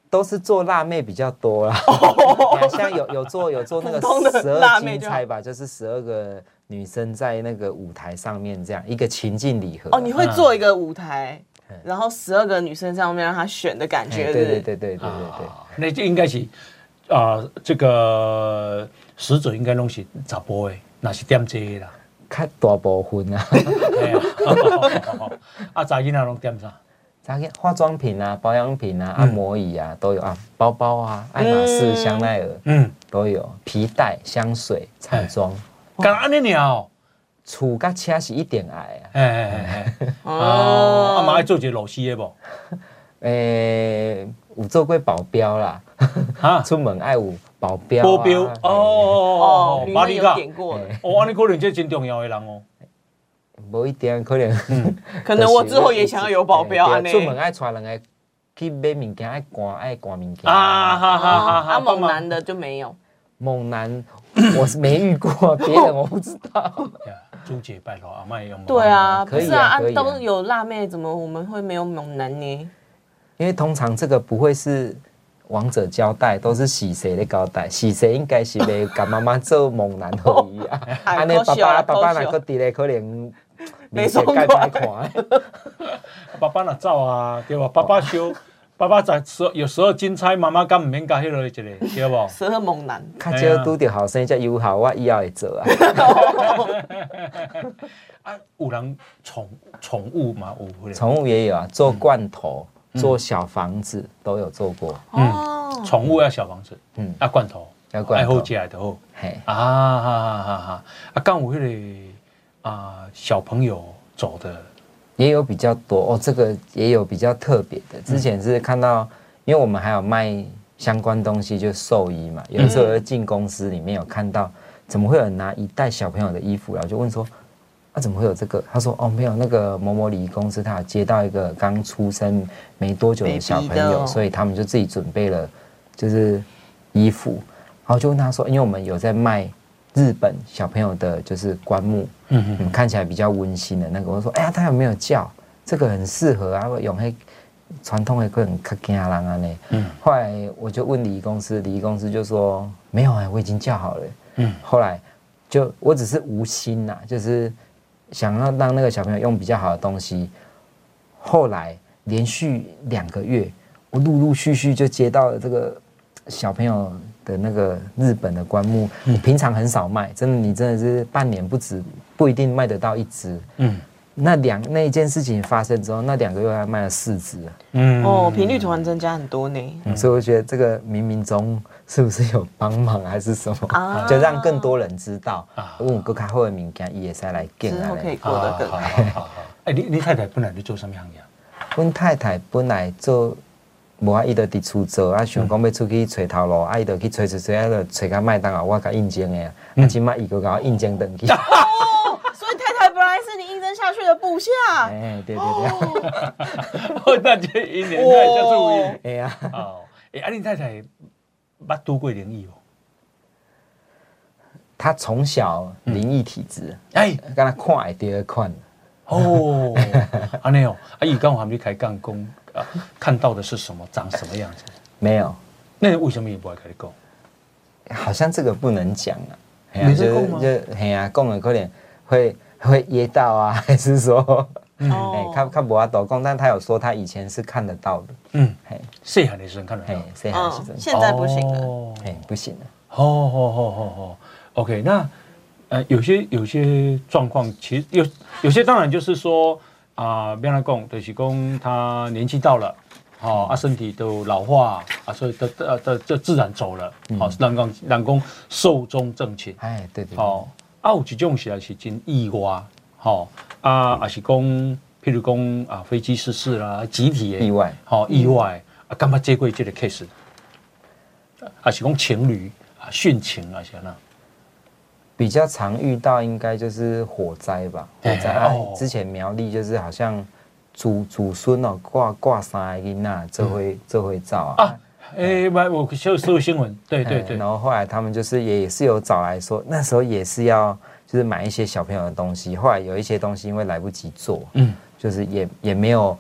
S3: 都是做辣妹比较 多啦。
S2: 哦
S3: 哎呀像有有做有做那
S4: 普通的
S3: 个十
S4: 辣
S3: 二
S4: 妹
S3: 金
S4: 就好
S3: 钗吧，就是十二个女生在那个舞台上面这样一个情境礼盒啊。
S4: 哦，你会做一个舞台，然后十二个女生上面让她选的感觉，
S3: 嗯哎对
S4: 对不
S3: 对对对对对
S4: 啊
S3: 对。
S2: 那就应该是啊，这个使者应该拢是查甫的，若是点这 个啦，
S3: 较大部分啊，
S2: 哎呀， 啊，查囡仔拢点啥？
S3: 咱看化妆品啊、保养品啊、按摩椅啊都有啊，包包啊、爱马仕、
S4: 嗯哎
S3: 香奈儿
S2: 嗯，
S3: 都有，皮带、香水、彩妆，
S2: 敢安尼尔哦，
S3: 厝甲车是一定爱啊。
S2: 哎哎哎，哦，啊
S4: 哦
S2: 嘛爱做一个老师的无？
S3: 诶，有做过保镖啦，
S4: 啊
S2: 哈，
S3: 出门爱有保镖啊。
S2: 保镖哦哦
S4: 哦，
S2: 哦，
S4: 女
S2: 马
S4: 生
S2: 里
S4: 有
S2: 卡，
S4: 点过
S3: 哎
S4: 了，
S2: 哦，安尼可能这真重要的人 哦，
S3: 嘿，无一定可能。
S4: 嗯 可能我之后也想要有保镖啊
S3: 嘿
S4: 安
S3: 哎对啊
S4: 尼。
S3: 出门爱带人来去买物件，爱赶爱赶物件
S2: 啊
S3: 啊。
S2: 哈哈哈哈，
S4: 啊，猛
S2: 帮忙
S4: 男的就没有，
S3: 猛男，我是没 遇过，别人我不知道。
S2: 呀朱姐拜托阿妈用。
S4: 对啊，不
S3: 可以啊
S4: 是啊，啊
S3: 可以啊
S4: 都有辣妹，怎么我们会没有猛男呢？
S3: 因为通常这个不会是王者交代，都是洗谁的交代，洗谁应该是被跟妈妈做猛男而已啊。
S4: 哎
S3: 安尼
S4: 可
S3: 爸
S4: 惜 啊
S3: 爸爸爸
S4: 可惜啊
S3: 那个伫咧可能
S4: 没爽快？
S3: 面色较歹看。啊
S2: 爸爸若走啊，对吧？爸爸 烧，爸爸在十有十二金钗，妈妈敢毋免加迄落一个，对无
S4: 十二猛男，
S3: 较少拄着后生才友好，我以后会做啊。
S4: 嗯
S2: 啊，有人宠宠物嘛有迄个，
S3: 宠物也有啊，做罐头、
S4: 嗯
S3: 做小房子都有做过。
S2: 嗯
S4: 哦，
S2: 宠物要小房子，嗯
S3: 嗯，
S2: 啊罐头，
S3: 要罐头
S2: 爱好食的就好。
S3: 嘿，
S2: 啊哈哈哈哈！啊，敢有迄、个啊小朋友走的，
S3: 也有比较多哦，这个也有比较特别的。之前是看到，因为我们还有卖相关东西，就是寿衣嘛。有一次我就进公司里面有看到，怎么会有人拿一袋小朋友的衣服，然后就问说。啊，怎么会有这个？他说哦，没有，那个某某礼仪公司，他有接到一个刚出生没多久的小朋
S4: Baby 的
S3: 友，
S4: 哦
S3: 所以他们就自己准备了，就是衣服。然后就问他说，因为我们有在卖日本小朋友的，就是棺木，
S2: 嗯
S3: 嗯，看起来比较温馨的那个，我说，哎呀，他有没有叫？这个很适合啊，用迄传统的可能较惊人啊呢。
S2: 嗯
S3: 后来我就问礼仪公司，礼仪公司就说没有啊，我已经叫好了。
S2: 嗯
S3: 嗯，后来就我只啊是无心呐、就是想要让那个小朋友用比较好的东西。后来连续两个月，我陆陆续续就接到了这个小朋友的那个日本的棺木，我平常很少卖，真的，你真的是半年不止，不一定卖得到一只。
S2: 嗯
S3: 那两那一件事情发生之后，那两个月还卖了四只，
S2: 嗯，
S4: 哦，频率突然增加很多呢。
S3: 所以我觉得这个冥冥中是不是有帮忙还是什么，
S4: 啊
S3: 就让更多人知道
S2: 啊，
S3: 问我较好的物件，伊也使来见
S4: 之
S3: 啊
S4: 后可以
S3: 嘞。
S4: 过得更
S2: 好。
S4: 好。
S2: 好好 好哎，你你太太本来你做什么行 业？
S3: 阮太太本来做，无啊，伊就伫厝做，啊想讲要出去找头路，啊伊就去找找找，啊就找到麦当劳，我甲应征的啊，啊即摆伊个甲我应征转去。
S4: 所以太太本来是你应征下去的部下，
S3: 哎，对对对，
S2: 我大姐哦一年太下注意。
S3: 哎呀，
S2: 哦，哎，啊，你太太捌拄过灵异哦？
S3: 她从小灵异体质，
S2: 哎，
S3: 敢若看会到的款。
S2: 哦，安尼哦，啊，伊刚我还没开杠工啊，看到的是什么，长什么样子？
S3: 没有，
S2: 那为什么也不爱跟你讲？
S3: 好像这个不能讲啊。嘿啊
S2: 没
S3: 就
S2: 得
S3: 是
S2: 讲吗
S3: 就嘿啊，讲的可能会会噎到啊，还是说，哎，看看不阿斗讲，但他有说他以前是看得到的，
S2: 嗯，
S3: 嘿，
S2: 细汉的时候看得
S3: 嘿
S2: 到，，
S3: 这还是真
S4: 嗯，
S3: 的，
S4: 现在不行了。
S2: 哦
S3: 嘿，不行了。
S2: 哦哦哦哦哦，OK，那呃，有些有些状况，其实有有些当然就是说啊，别人讲就是讲他年纪到了，哦，啊，身体都老化啊，所以都呃都就自然走了，
S4: 嗯
S2: 好、哦，人讲人讲寿终正寝，
S3: 哎，对对，
S2: 哦，啊，有一种是也是真意外，吼、啊，也是讲，譬如讲啊，飞机失事啦，集体的
S3: 意外，
S2: 吼、意外，啊，干嘛接过这个 case？啊，是讲情侣啊，殉情啊，是那，
S3: 比较常遇到应该就是火灾吧，火
S2: 哎
S3: 灾啊
S2: 哦，
S3: 之前苗栗就是好像祖祖孙哦挂挂三个囡仔，这回这回照啊
S2: 嗯啊。诶、买我有所有新闻，对对
S3: 哎
S2: 对
S3: 然，后后来他们就是也也是有找来说，那时候也是要就是买一些小朋友的东西，后来有一些东西因为来不及做，
S2: 嗯，
S3: 就是也也没有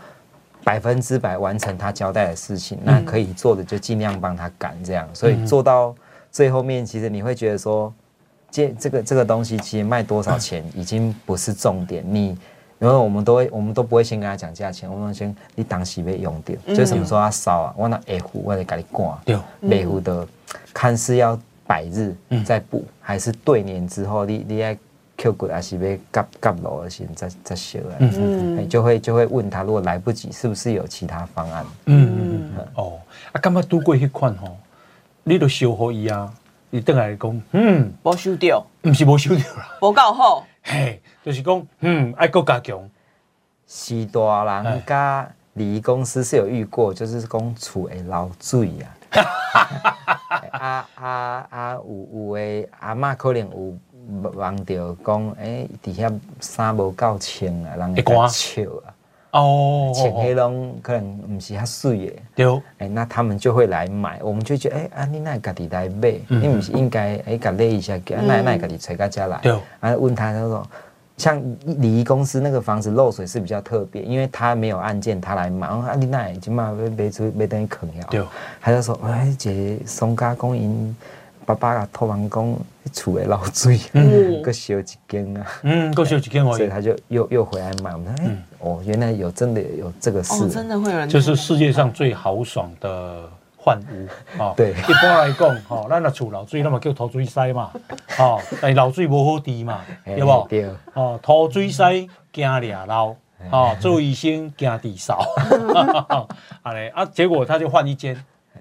S3: 百分之百完成他交代的事情，那
S2: 嗯
S3: 可以做的就尽量帮他赶这样，所以做到最后面，其实你会觉得说，这这个这个东西其实卖多
S2: 嗯
S3: 少钱已经不是重点，你。因为我们都会，我们都不会先跟他讲价钱，我们先你当时被用掉，
S2: 嗯
S3: 就是什么时候要烧啊，我那会付我得给你挂。
S2: 对，
S4: 嗯
S3: 内湖的，看是要百日再补，还是对年之后你你爱 Q 骨还是被夹夹楼的先再再修来，
S4: 嗯
S3: 哎就会就会问他，如果来不及，是不是有其他方案？
S2: 嗯嗯嗯，哦，啊，干嘛拄过迄款吼，你都烧好伊啊，伊等来讲，嗯，
S4: 没收掉，
S2: 毋是无收着啦，
S4: 没告后，
S2: 嘿，就是讲，嗯，爱国加强，
S3: 西多人家礼仪公司是有遇过，就是讲厝会漏水啊。 啊啊啊！有有诶，阿嬷可能有望到讲，诶、底下衫无够穿啊，人
S2: 会
S3: 家
S2: 寒
S3: 笑啊。
S2: 哦，
S3: 穿黑拢可能唔是较水的，
S2: 对。
S3: 哎、那他们就会来买，我们就觉得，哎、啊，你那家己来买，你唔是应该哎，家勒一下，给那那家己找到家来，
S2: 对
S3: 啊，问他他说，像礼仪公司那个房子漏水是比较特别，因为他没有案件，他来买，我说啊，你那已经嘛要卖出要等于坑了，
S2: 对
S3: 他就说，哎、这松家公因爸爸甲托房讲厝会漏水，
S4: 嗯
S3: 个烧一间啊。
S2: 嗯，够少一件而
S3: 所以
S2: 已。
S3: 他就又又回来买，我们说，哎、哦，原来有真的有这个事、
S4: 哦，真的会有人
S2: 这是世界上最豪爽的换屋啊！
S3: 对
S2: 一般来讲，吼，咱若厝漏水，那么叫土水塞嘛， 吼，但是漏水无好治嘛，
S3: 嘿
S2: 对不？
S3: 对
S2: 哦，土水塞惊俩老，哦，做医生惊地少，安尼啊，结果他就换一间，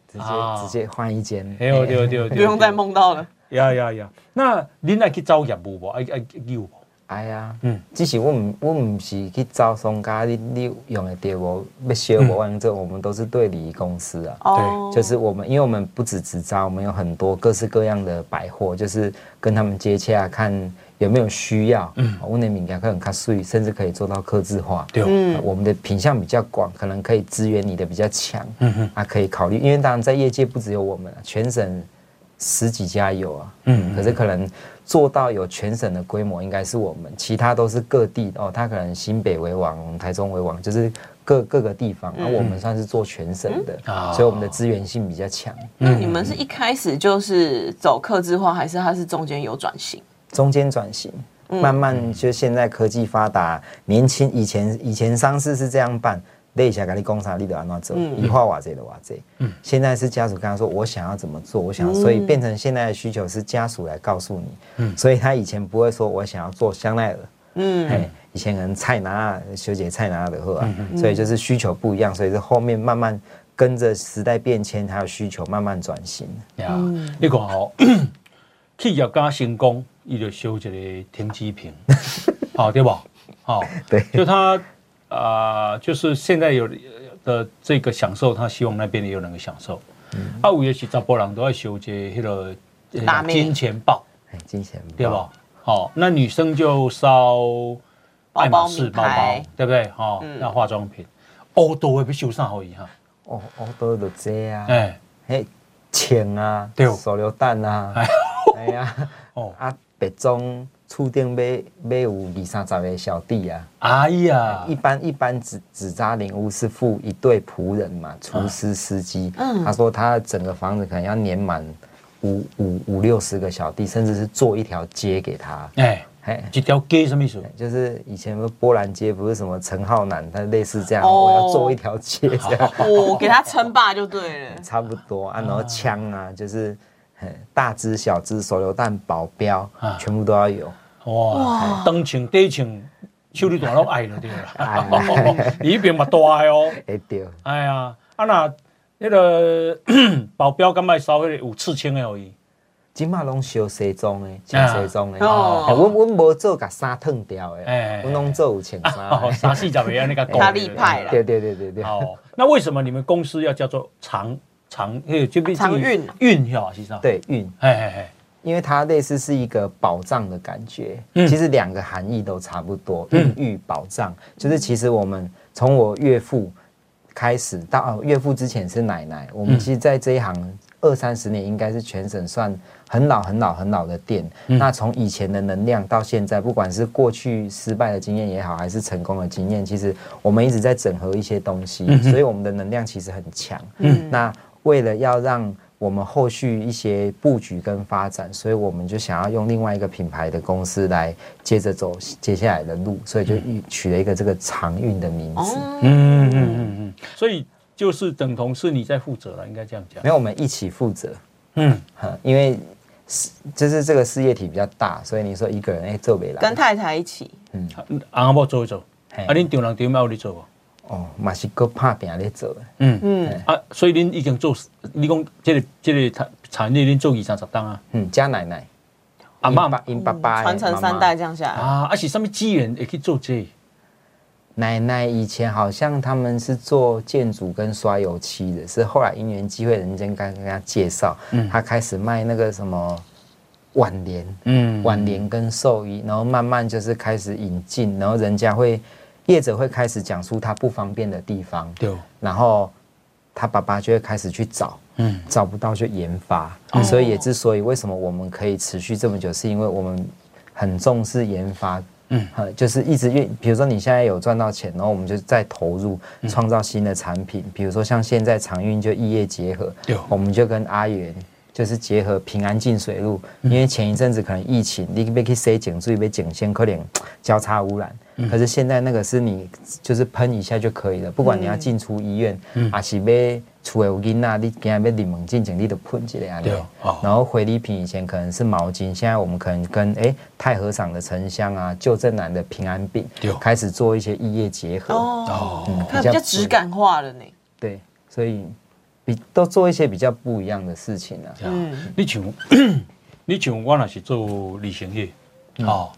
S3: 直接、
S2: 啊
S3: 直接换一间，
S2: 哎呦，对对对，
S4: 不用再，梦到了。
S2: 呀呀呀！那恁爱去找业务无？爱爱业务无？
S3: 哎呀，
S2: 嗯
S3: 嗯，只是我们我们不是去招商家，你你用的对无？要修无？反正我们都是对礼仪公司啊。
S4: 哦，
S3: 就是我们，因为我们不止只招，我们有很多各式各样的百货，就是跟他们接洽，看有没有需要。嗯，我们的敏感可能看税，甚至可以做到客制化。
S2: 对
S3: 呃我们的品相比较广，可能可以支援你的比较强。嗯哼，啊，可以考虑，因为当然在业界不只有我们啊，全省十几家有啊。嗯，可是可能做到有全省的规模，应该是我们，其他都是各地哦。他可能新北为王，台中为王，就是各各个地方，而、我们算是做全省的，
S2: 啊
S3: 所以我们的资源性比较强。
S2: 嗯
S4: 那你们是一开始就是走客制化，还是它是中间有转型？
S3: 中间转型，慢慢就现在科技发达，年轻以前以前商事是这样办，累一下，跟你工厂你得安怎做，你画瓦这的瓦这。嗯，现在是家属跟他说我想要怎么做，我想要，所以变成现在的需求是家属来告诉你。嗯，所以他以前不会说我想要做香奈儿。嗯，以前可能菜拿修姐菜拿的喝啊，所以就是需求不一样，所以是后面慢慢跟着时代变迁，还有需求慢慢转型。
S2: 呀，你讲吼， 企业家成功，伊就修一个停机坪，好对吧？好，
S3: 对
S2: 就他啊、呃就是现在有呃的这个享受，他希望那边也有人享受。啊，有的是查甫人都要修一个迄、那个呃
S4: 辣妹
S2: 金钱豹，
S3: 哎，金钱豹
S2: 对吧？好、那女生就烧爱马仕
S4: 包
S2: 包
S4: 包名牌
S2: 包，对不对？好、那化妆品，欧都会被修上好一下，
S3: 哦，哦，都都这啊，
S2: 哎、
S3: 嘿，钱啊，
S2: 对
S3: 手榴弹啊，哎呀，
S2: 哦
S3: 啊，白种厝顶买买有二三十个小弟啊，
S2: 哎呀
S3: 一，般一般纸纸扎领屋是付一对仆人嘛，厨师、司机。他说他整个房子可能要年满五五五六十个小弟，甚至是做一条街给他。
S2: 哎、
S3: 嘿，
S2: 一条街什么意思？
S3: 就是以前不是波兰街不是什么陈浩南，他类似这样，
S4: 哦
S3: 我要做一条街这样，
S4: 我给他称霸就对 了。
S3: 差不多啊。然后枪啊，就是嘿大支小支手榴弹、保镖
S2: 啊，
S3: 全部都要有。
S2: 哇，灯穿底穿，手里大拢爱就对
S3: 哎
S2: 啦。你迄边嘛大的哦，
S3: 哎对，
S2: 哎呀，啊那迄 个保镖敢卖稍微有刺青的而已，
S3: 今嘛拢烧西装的，
S2: 啊
S3: 穿西装的。
S4: 哦
S3: 哎，阮阮无做甲衫褪掉
S2: 哎
S3: 诶，阮拢做有穿衫
S2: 哦，
S3: 的。哎
S2: 三四十个安尼个
S4: 他立派啦
S3: 对对对对对。
S2: 哦，那为什么你们公司要叫做呃长长？诶，这边
S4: 长运啊
S2: 运哟，是啥？，
S3: 对运，
S2: 嘿嘿嘿，
S3: 因为它类似是一个保障的感觉，
S2: 嗯
S3: 其实两个含义都差不多。孕育保障，就是其实我们从我岳父开始到、啊岳父之前是奶奶，我们其实在这一行二三十年，应该是全省算很老很老很老的店。那从以前的能量到现在，不管是过去失败的经验也好，还是成功的经验，其实我们一直在整合一些东西，所以我们的能量其实很强。嗯，那为了要让我们后续一些布局跟发展，所以我们就想要用另外一个品牌的公司来接着走接下来的路，所以就取了一个这个长运的名字。
S4: 哦，
S2: 嗯嗯嗯嗯，所以就是等同是你在负责了，应该这样讲
S3: 没。有，我们一起负责，
S2: 嗯，
S3: 哈，因为是就是这个事业体比较大，所以你说一个人哎做不来，
S4: 跟太太一起，
S2: 阿伯做一做，
S3: 嘿
S2: 啊，恁丈人丈妈有咧做无？
S3: 哦，嘛是够怕拼咧做的，
S2: 嗯。
S4: 嗯，
S2: 啊，所以恁已经做，你讲这个这个产产业恁做二三十档啊，
S3: 嗯，加奶奶，
S2: 阿
S3: 因
S2: 嬷
S3: 爸因爸爸的
S4: 嗯传承
S3: 妈
S4: 三
S3: 妈
S4: 代这样下来，
S2: 啊，啊是什么机缘会去做这个
S3: 奶奶以前好像他们是做建筑跟刷油漆的，是后来因缘机会，人间刚跟他介绍，他开始卖那个什么挽联，
S2: 嗯
S3: 挽联跟寿衣，然后慢慢就是开始引进，然后人家会业者会开始讲出他不方便的地方，
S2: 对，
S3: 然后他爸爸就会开始去找，
S2: 嗯
S3: 找不到就研发，
S2: 哦
S3: 所以也之所以为什么我们可以持续这么久，是因为我们很重视研发，
S2: 嗯
S3: 呃，就是一直愿，比如说你现在有赚到钱，然后我们就再投入
S2: 嗯
S3: 创造新的产品，比如说像现在长运就异业结合
S2: 有，
S3: 我们就跟阿元。就是结合平安进水路，因为前一阵子可能疫情，你被去塞井水被井线可能交叉污染，
S2: 嗯
S3: 可是现在那个是你就是喷一下就可以了，不管你要进出医院，
S2: 嗯
S3: 还是要厝的有囡仔，你今日要入门进前你就喷一下安尼
S2: 对哦。
S3: 然后回礼品以前可能是毛巾，现在我们可能跟哎太和赏的沉香啊、旧正南的平安饼
S2: 对
S3: 开始做一些异业结合。
S4: 哦，
S3: 嗯
S4: 看比较质感化了呢，
S3: 对，所以比都做一些比较不一样的事情啊。
S2: 嗯，你像 你像我若是做旅行业，哦，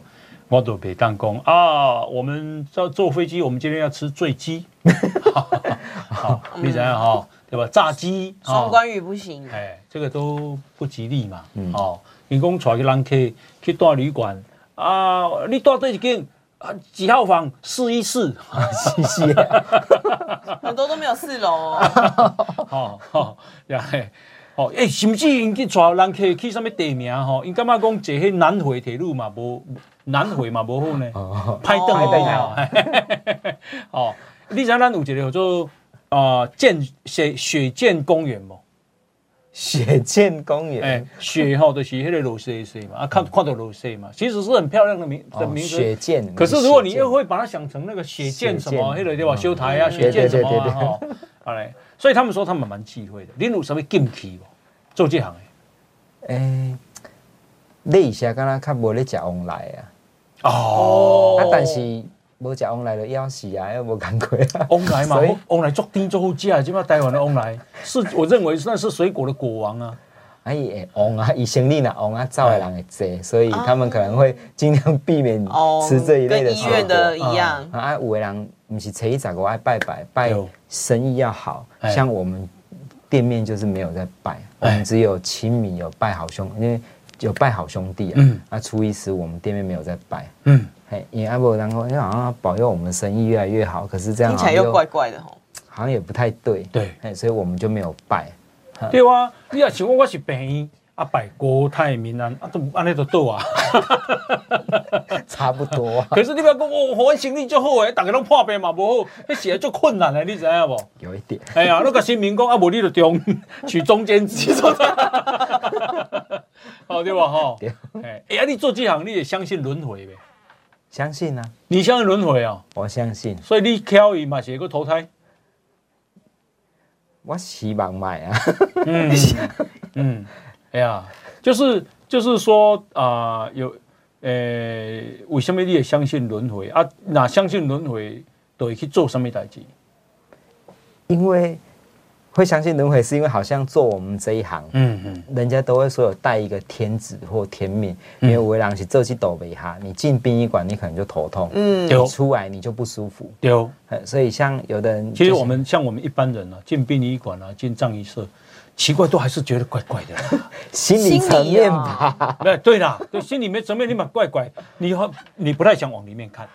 S2: 我都袂当讲啊，我们要坐飞机，我们今天要吃醉鸡， 好，你知影哈，对吧？炸鸡，哦
S4: 双关语不行，
S2: 哎，这个都不吉利嘛。哦，员工带去人客去住旅馆啊，你住对一间啊几号房试一试。
S3: 谢谢。
S4: 很多都没有四楼哦，
S2: 哦，哦，呀嘿，哦，诶，甚至因去带人客去什物地名吼，因感觉讲坐迄南回铁路嘛无南回嘛无好呢，歹等
S4: 哦
S2: 的等 哦，呃你知影咱有一个叫做啊剑雪雪剑公园无？
S3: 雪见公园。
S2: 哎，雪哈的雪，那个裸色色嘛，啊，看看到裸色嘛，其实是很漂亮的名的
S3: 嗯哦
S2: 名字。
S3: 雪见
S2: 可是如果你
S3: 雪见
S2: 又会把它想成那个血溅什么，
S3: 血
S2: 那
S3: 溅
S2: 个对吧？修台啊，
S3: 嗯
S2: 血溅什么
S3: 对
S2: 啊，
S3: 对对对
S2: 哈，好嘞。所以他们说他们蛮忌讳的。你有什么禁忌不？做这行的
S3: 诶，你以前哎敢若较无咧食往来啊，
S2: 哦
S3: 啊，但是无食往来就枵死啊，又无工过啊。
S2: 翁来嘛
S3: 所以，
S2: 翁来做丁做后价，即嘛台湾的翁来是我认为那是水果的果王啊。
S3: 啊，伊会往啊，伊生理若往啊，走的人会多，所以他们可能会尽量避免
S4: 哦，
S3: 吃这一类的
S4: 跟医
S3: 水
S4: 院
S3: 果。
S4: 的一样，
S3: 啊，有的人毋是初一十五爱拜拜，拜
S2: 对
S3: 生意要好，
S2: 哎
S3: 像我们店面就是没有在拜，我们只有亲米有拜好兄，因为有拜好兄弟啊。
S2: 嗯
S3: 啊，初一十五我们店面没有在拜，
S2: 嗯，
S3: 嘿，因为阿伯然后因为好像要保佑我们生意越来越好，可是这样
S4: 听起来
S3: 好像
S4: 又怪，怪的哦吼。
S3: 好像也不太对，
S2: 对
S3: 嘿，所以我们就没有拜。
S2: 对啊，你也想我我是病院啊，拜国泰民安啊，都安尼就倒啊。
S3: 差不多、啊，
S2: 可是你不要讲哦，我行李就好诶，大家拢破病嘛无好，迄是足困难诶，你知影 无？
S3: 有一点。
S2: 哎呀，那个新民工啊，无你就中 取中间值， 好对吧？哈
S3: 对，
S2: 哎，哎呀，你做这行你也相信轮回呗？
S3: 相信啊，
S2: 你相信轮回啊？
S3: 我相信，
S2: 所以你挑伊嘛是会个投胎，
S3: 我希望买啊。
S2: 嗯嗯，哎呀，就是就是说啊、有呃，为什么你也相信轮回啊？那相信轮回，都会去做什么代志？
S3: 因为会相信轮回，是因为好像做我们这一行，
S2: 嗯嗯，
S3: 人家都会说有带一个天子或天命，因为有的人是这去抖北哈，你进殡仪馆你可能就头痛，
S4: 嗯，
S2: 对
S3: 你出来你就不舒服。
S2: 对。哦
S3: 呃所以像有的人就是，
S2: 其实我们像我们一般人啊，进殡仪馆啊，进葬仪社，奇怪都还是觉得怪怪的 啦。
S3: 心理层面
S4: 哦
S3: 吧，
S4: 吧，
S2: 对对啦，对心里面层面你蛮怪怪，你好你不太想往里面看，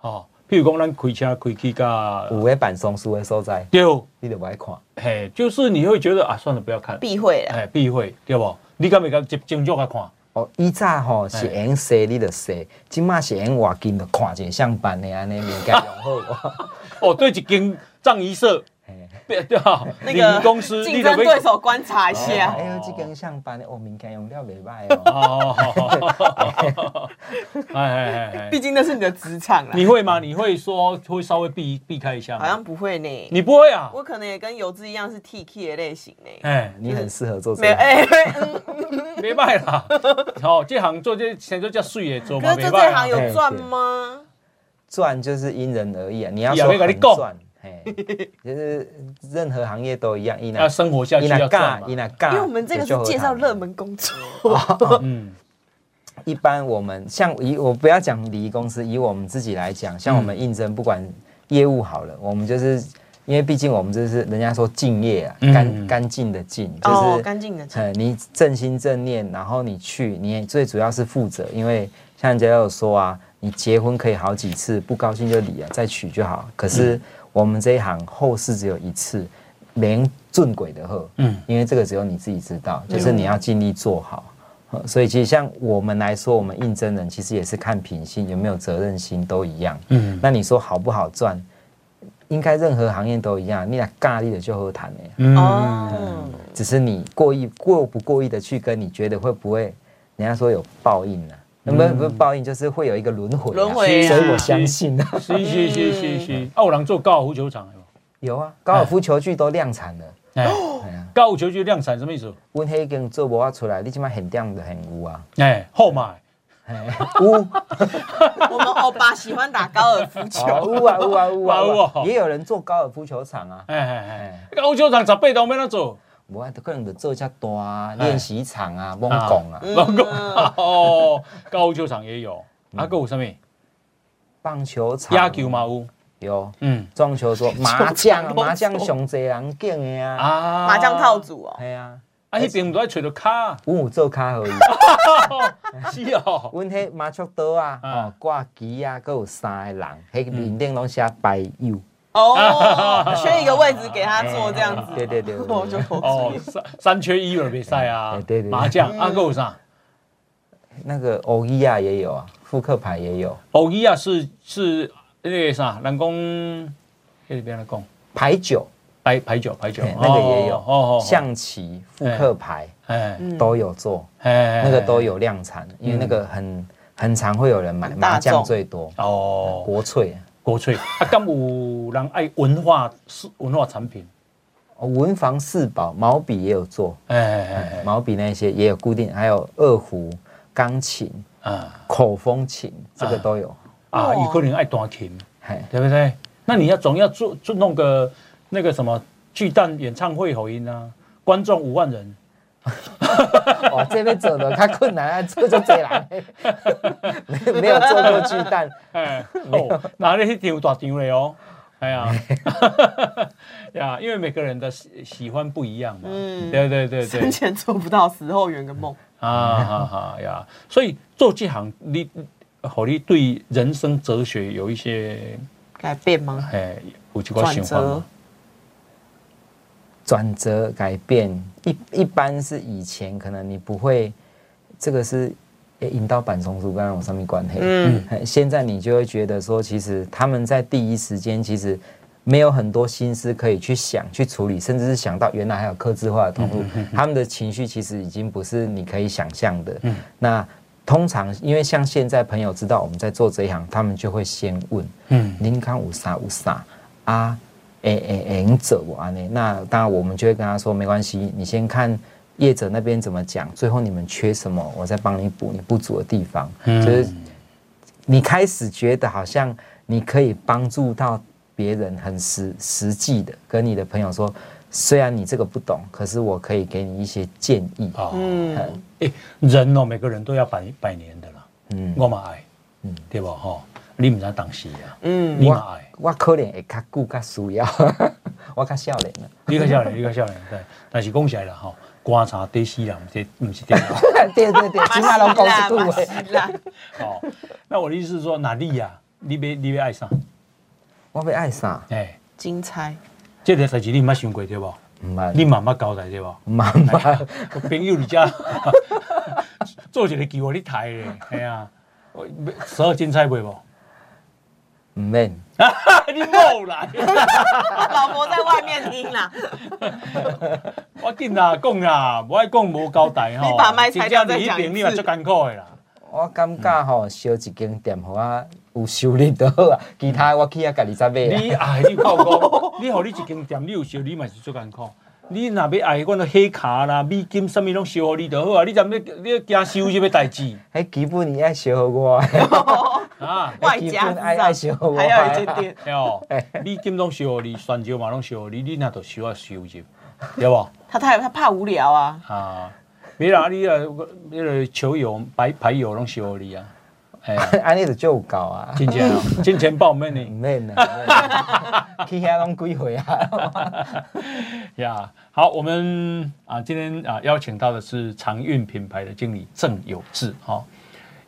S2: 哦，譬如讲咱开车开去噶，
S3: 五位板松树的所在，
S2: 对，
S3: 你就不爱看。
S2: 嘿，就是你会觉得啊，算了，不要看，
S4: 避讳啦。
S2: 哎，避讳，对不？你敢袂敢接进去看？
S3: 哦，以前吼是用洗你就洗，即马是用外景就看一下相办的安尼物件用好无？
S2: 哦，对，一间葬仪社，
S3: 嘿
S2: 对对啊，
S4: 那
S2: 礼仪
S4: 个
S2: 公司，
S4: 竞争
S2: 就
S4: 对手观察一下
S3: 哎，呦，即间相办的哦，物件用了袂歹 哦。
S2: 哦，好 好好，哎哎哎
S4: 毕，竟那是你的职场啦
S2: 你，会吗？你会说会稍微避避开一下吗？
S4: 好像不会呢。
S2: 你不会啊？
S4: 我可能也跟游志一样是 T K 的类型呢。
S2: 哎，
S3: 你很适合做这
S4: 没
S3: 个。
S4: 哎，嗯
S2: 没卖啦。好、这行做这先做叫水也做
S4: 可
S2: 嘛，
S4: 是
S2: 没
S4: 做
S2: 卖
S4: 这行
S2: 啦。
S3: 哎
S4: 有赚吗？
S3: 赚就是因人而异啊，你要
S2: 也
S3: 说
S2: 没跟你
S3: 很
S2: 讲
S3: 赚， 嘿，就是任何行业都一样，伊
S2: 要
S3: 那
S2: 啊生活下去
S3: 伊
S2: 要
S3: 那
S2: 赚
S3: 尬
S2: 嘛
S3: 伊。那尬，
S4: 因为我们这个
S3: 就是好
S4: 介绍
S3: 谈
S4: 热。门工作，
S2: 嗯，
S3: 一般我们像以我不要讲礼仪公司，以我们自己来讲，
S2: 嗯
S3: 像我们应征不管业务好了，我们就是因为毕竟我们这是人家说敬业啊，
S2: 嗯
S3: 干干净的净，就
S4: 哦，
S3: 是
S4: 干净的钱。
S3: 呃，你正心正念，然后你去，你也最主要是负责，因为像人家有说啊，你结婚可以好几次，不高兴就离啊，再娶就好。可是我们这一行后事只有一次，连正轨的后，
S2: 嗯
S3: 嗯，因为这个只有你自己知道，就是你要尽力做好。呃所以其实像我们来说，我们应征人其实也是看品性，有没有责任心都一样。
S2: 嗯
S3: 嗯，那你说好不好赚？应该任何行业都一样，你俩尬力的就和谈的呀。
S2: 嗯
S4: 哦，
S3: 只是你过意过不过意的去跟，你觉得会不会？人家说有报应呢、啊，那不不是报应，就是会有一个轮回、啊。
S4: 轮回啊
S3: 所以我相信啊，
S2: 是是是是是。
S4: 嗯
S2: 啊，有人做高尔夫球场的吗
S3: 有啊，高尔夫球具都量产了。
S2: 哎，
S4: 哦
S3: 哎呀，
S2: 高尔夫球就量产什么意思？
S3: 阮迄经做无啊出来，你即摆现量就很有 啊。
S2: 哎，后嘛，
S3: 嘿有，
S4: 我们欧巴喜欢打高尔夫球，
S3: 哦有啊有 啊有啊有
S2: 有哦
S3: 啊，也有人做高尔夫球场啊。
S2: 哎哎哎，高尔夫球场十八栋要怎做？
S3: 无啊，可能就做遮大啊，练习场啊，猛讲啊，
S2: 老公，
S4: 嗯
S2: 哦，高尔夫球场也有，啊，还有什么？
S3: 棒球场、啊
S2: 野球嘛有，
S3: 有，
S2: 嗯
S3: 撞球桌、麻将啊，麻将上侪人敬的啊。
S2: 啊，
S4: 嗯麻将套，组哦，
S3: 系啊，
S2: 啊，迄边都爱找到卡，
S3: 阮有做卡而已。啊
S2: 是哦，
S3: 阮迄麻雀桌啊，
S2: 啊嗯
S3: 哦挂机啊，佫有三个人，迄面顶拢写白友，
S4: 哦，缺一个位置给他坐这样子，
S3: 对对对 对
S4: 我就投
S2: 哦
S4: 资，。
S2: 三三缺一了比赛啊
S3: 哎对对，对
S2: 麻将啊，还有啥？
S3: 那个欧伊亚也有啊，复刻牌也有，
S2: 偶一啊是是那个啥，人讲那里边来讲
S3: 牌九，
S2: 牌牌九牌九
S3: 对，那个也
S2: 哦哦
S3: 有
S2: 哦，
S3: 象棋、扑克牌
S2: 哎
S4: 嗯
S3: 都有做，
S2: 哎嗯
S3: 那个都有量产，因为那个很很常会有人买，
S4: 很大
S3: 麻将
S4: 众
S3: 最多，
S2: 哦，
S3: 国粹。
S2: 国粹啊，敢有人爱文化是文化产品，
S3: 哦文房四宝，毛笔也有做，
S2: 哎哎
S3: 毛笔那些也有固定，还有二胡、钢琴、
S2: 哎啊
S3: 口风琴，这个都有。
S2: 啊，
S4: 哇
S2: 有可能爱弹琴，
S3: 嘿，
S2: 对不对？那你要总要做做弄个那个什么巨蛋演唱会口音啊，观众五万人，
S3: 哇，哦这边走的太困难啊，这就贼 难，没没有做过巨蛋，
S2: 哎， 哦，哪里去丢大丢嘞哦？哎呀， 呀，因为每个人的喜喜欢不一样嘛，
S4: 嗯
S2: 对对对对
S4: 生，前做不到，死后圆个梦。
S2: 啊哈哈呀，所以做这行，你，呃好，你对人生哲学有一些，
S4: 改变吗？
S2: 哎，有几个
S4: 转
S2: 想法
S4: 折
S2: 吗？
S3: 转折改变，一一般是以前可能你不会，这个是诶引导板重组，跟我上面关系。
S4: 嗯，
S3: 嘿现在你就会觉得说，其实他们在第一时间其实没有很多心思可以去想、去处理，甚至是想到原来还有克制化的投入，他们的情绪其实已经不是你可以想象的。那通常因为像现在朋友知道我们在做这一行，他们就会先问，
S2: 嗯
S3: 您看有啥有啥啊？诶诶诶，你走我安呢？那当然，我们就会跟他说，没关系，你先看业者那边怎么讲，最后你们缺什么，我再帮你补你不足的地方。
S2: 嗯
S3: 就是你开始觉得好像你可以帮助到别人，很实实际的跟你的朋友说，虽然你这个不懂，可是我可以给你一些建议。
S2: 啊，
S4: 嗯，
S2: 哎，人哦，每个人都要百百年的啦，
S3: 嗯，
S2: 我嘛爱，
S3: 嗯
S2: 对吧？哈，你唔知当时啊，
S4: 嗯，
S2: 你嘛爱，
S3: 我可能会较久较需要， 我较少年了。
S2: 你个少年，你个少年，对，但是讲起来啦，哈，观察第四人，这唔是第二。
S3: 对对对，起码拢讲一句
S4: 马
S3: 话
S4: 西。拉，马西拉
S2: 哦，那我的意思是说，哪里呀、你别你别爱上，
S3: 我要爱啥？
S2: 哎、
S4: 金钗，
S2: 这个代志你毋捌想过对无？
S3: 唔
S4: 嗯
S3: 捌
S2: 你妈妈交代对无？
S3: 妈妈，
S2: 朋友你家 做一个球互你抬咧，系啊，我十二金钗袂 无？
S3: 唔免。
S2: 你某啦！
S4: 老婆在外面听啦，
S2: 我紧啦，讲啦，无爱讲无交代吼。
S4: 你把麦拆掉再讲一次
S2: 真正你一定你嘛足艰苦的啦。
S3: 我感觉吼，烧一间店，互我有收入就好啊。其他的我去啊，家己再买 啊。
S2: 你哎，你够讲，你互你一间店，你有烧，你嘛是足艰苦。你若要爱，阮都黑卡啦、美金，啥物拢烧互你就好啊。你怎么你你惊收入的代志
S3: 迄基本你爱烧互我的，
S2: 啊？
S4: 外加
S3: 爱爱烧我
S4: 还要有一间店，
S2: 对哦，你金拢烧互你，泉州嘛拢烧互你，你若着烧啊收入，对无？
S4: 他太他怕无聊啊，
S2: 啊，没啦，你啊，迄个球友、牌牌友拢烧互你啊，哎呀，
S3: 安尼就足有够啊。
S2: 金钱啊，金钱爆面
S3: 唔
S2: 呢
S3: 免啊，不免去遐拢几回啊。
S2: 呀。好，我们啊，今天啊邀请到的是长运品牌的经理郑有志哈、哦，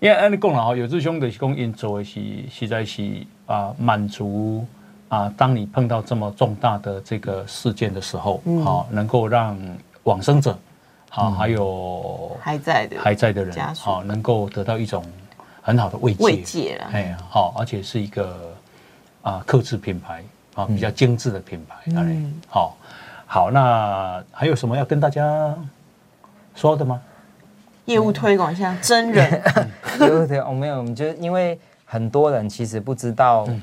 S2: 因为按你讲了哈，有志兄的供应做的是实在是啊满足啊，当你碰到这么重大的这个事件的时候，好、能够让往生者，好、还有
S4: 还在的，
S2: 还在的人
S4: 家，属
S2: 好、能够得到一种很好的慰藉，
S4: 慰藉啦
S2: 哎，好、而且是一个啊，克制品牌啊，比较精致的品牌，好、嗯
S4: 嗯
S2: 好，好，那还有什么要跟大家说的吗？
S4: 业务推广像真人，
S3: 对对，我没有，我们就是因为很多人其实不知道，嗯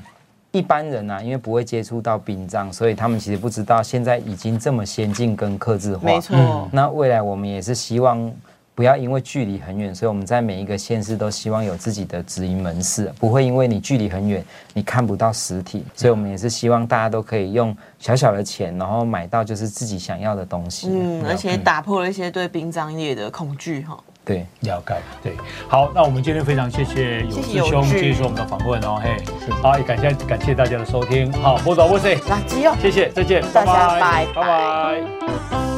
S3: 一般人啊，因为不会接触到殡葬，所以他们其实不知道现在已经这么先进跟克制化。
S4: 没错，
S3: 那未来我们也是希望不要因为距离很远，所以我们在每一个县市都希望有自己的直营门市，不会因为你距离很远，你看不到实体。所以我们也是希望大家都可以用小小的钱，然后买到就是自己想要的东西。
S4: 嗯，而且打破了一些对殡葬业的恐惧哈。
S3: 对，
S2: 了解，对，好，那我们今天非常谢谢有
S4: 谢谢
S2: 志兄
S4: 有志
S2: 接受我们的访问哦，嘿，好，也感谢感谢大家的收听，好，波导波 C，
S4: 垃圾哦。
S2: 谢谢，再见，
S4: 大家
S2: 拜拜
S4: 拜拜
S2: 拜拜